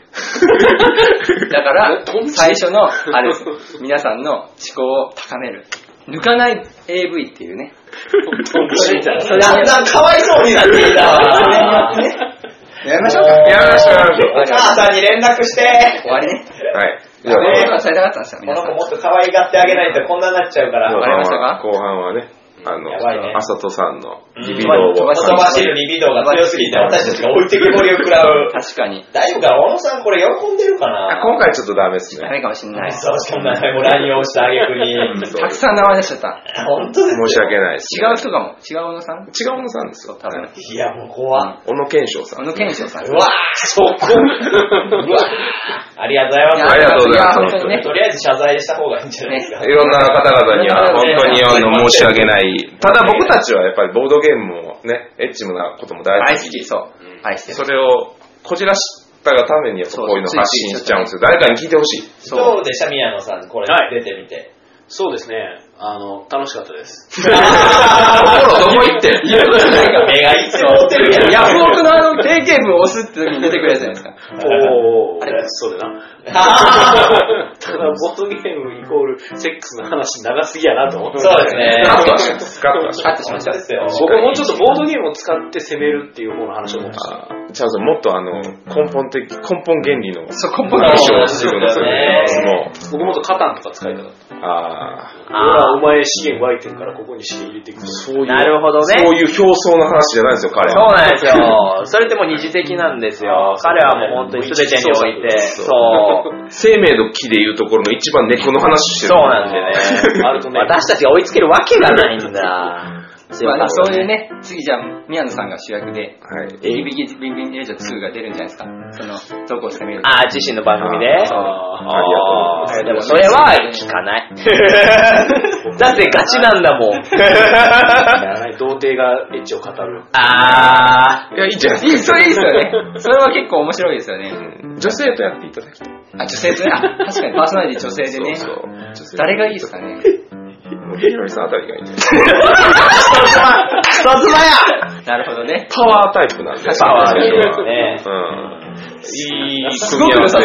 だ から、最初の、あれです。皆さんの思考を高める。抜かない AV っていうね。それにだんだんかわいそうになってきたわ。それによってね。 やめましょうか。やめましょうやめましょうお母さんに連絡して。終わりね。はい。このことがされたかったんですよ、こ皆のさん子。もっと可愛がってあげないとこんなになっちゃうから。後わかりました半はか後半はね、あやばいねの、あさとさんのリビドうんーを。飛ばしるリビドーが強すぎて私たちが置いてけぼりを食らう。確かに。大丈夫か小野さんこれ喜んでるかあな今回ちょっとダメですダね。メかもしんない。そう、しかも名前も乱用したあげくに。そうたくさん名前出しちゃった。本当ですよ申し訳ないです、違う人かも。違う小野さん違うのさんですそよう、。多分。いや、もう怖っ。小野賢章さ小ん。野健章さん。うわそこうわありがとうございまありがとうございまやす本当にす。ねと。りあえず謝罪した方がいいんじゃないですか。いろんな方々には本当にあの申し訳ない。ただ僕たちはやっぱりボードゲームもね、エッチもなことも大大好好き。き、そう。愛してそる。れをこじらしたがためにやっぱこういうの発信しちゃうんですよ。誰かに聞いてほしい。どうでした宮野さん、これはい出てみて。そうですね。あの、楽しかったです。心どこ行ってんなんか目がいつもってるやん。ヤフオクのあの定型文を押すって時に出てくるやつじゃないですか。おー、あれそうだな。あただ、ボードゲームイコールセックスの話長すぎやなと思って。ーそうですね。カットはします。カットはしカッますトしましそたう。ですよ。僕はもうちょっとボードゲームを使って攻めるっていう方の話をもっとしたあーチャンさん、もっとあの、根本的、根本原理の話そこもうなんですをよするのですも僕もっとカタンとか使いたかった。う、あほら、お前資源湧いてるからここに資源入れていくーそういう、なるほどねそういう表層の話じゃないんですよ、彼そうは。なんですよ。それってもう二次的なんですよ。彼はもう本当に全てにおいて、そうそう。生命の木でいうところの一番根っこの話してそる。うなんでね。あるとね私たちが追いつけるわけがない んだ。まあまあ、そういうね、次じゃあ、宮野さんが主役で、はい。ビリビリビリビリレジャー2が出るんじゃないですか。その、どこを攻めるか。ああ、自身の番組で。あありがとうございますあーでもそれは聞かない。 だってガチなんだもん。あ、 やらない。童貞がエッチを語る。ああ、いや、いいじゃないいでい、すか。それいいですよね。それは結構面白いですよね。うん女性とやっていただきたい。あ、女性ですね。あ確かにパーソナリティ女性でね。そうそう女性誰がいいですかね。ひろみさんあたりがいいんじゃない一つまやなるほどね。パワータイプなんで。パワータイプねうん。いいす組ごみく合良わさせそう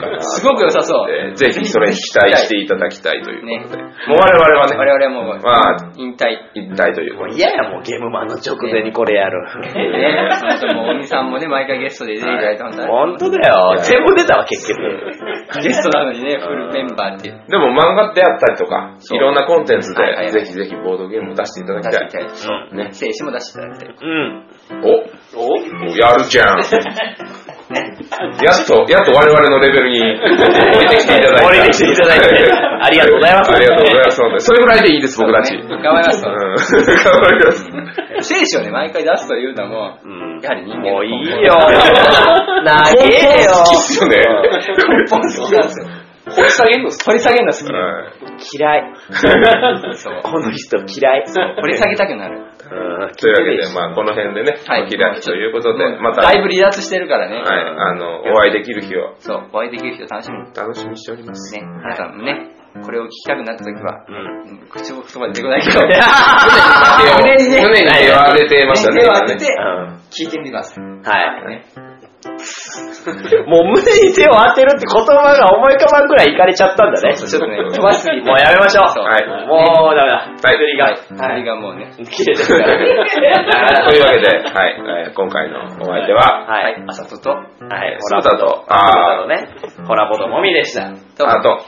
かな。すごく良さそう。えーぜひそれに期待していただきたいということで。ねもう我々はね、我々はもう、まあ、引退。一体ということで。嫌やもうゲームマンの直前にこれやる。ね、 その人も、尾身さんもね、毎回ゲストで出ていただいて、本当に本当だよ。全部出たわ、結局。ゲストなのにね、フルメンバーっていう。でも漫画であったりとか、そういろんなコンテンツはいはいで、ぜひぜひボードゲームを出していただき出たいしてい。きたい。ね。精子も出していただきたい。うん。おおやるじゃん。やっと、やっと我々のレベルに出てきていただいて。俺にしていただいて。ありがとうございます。ありがとうございます。本当にそれぐらいでいいです、僕たち。うん頑張ります頑張ります。精子をね、毎回出すというのも、うんやはり人間ものう根い本いよ。なげえよ。好きっすよね。根本好きなんですよ。掘り下げるの掘り下げるの好きなのはい嫌い。そう。この人嫌い。掘り下げたくなる。うんというわけで、まあ、この辺でね、はいお開きということで、また、だはいい、ぶ離脱してるからね。あの、お会いできる日をそう、お会いできる日を楽しみに。楽しみにしております。ね、皆さんもね、これを聞きたくなった時は、うんうん口も言葉で出てこないけど、 胸に胸にねね、胸に手を当ててましたね。手を当てて今ね、聞いてみてください。はい。ねもう胸に手を当てるって言葉が思い浮かばんくらいいかれちゃったんだね。ちょっとね、飛ばしすぎて。もうやめましょう。そうはいもうダメだ。はい。あれがもうね、 切れてるから。 というわけで、はい、えー今回のお相手は、ははいい。、あさとと、はい、スータと、ああのね、ホラボドもみでした。ー、あと、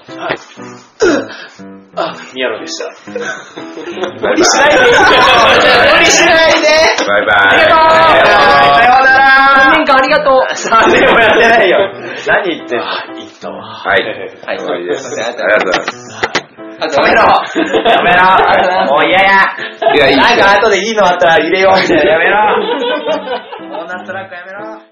宮野でした。無理しないで無理しないでバイバイ。さよう3なら年間ありがとう3年もやってないよ。何言ってんの言ったわ。はい、はい終わりです。あありがりがととううございます。あとやめろ やめろもう嫌やいやいいですよなんか後でいいのあったら入れようみたいなやめろボーナストラックやめろ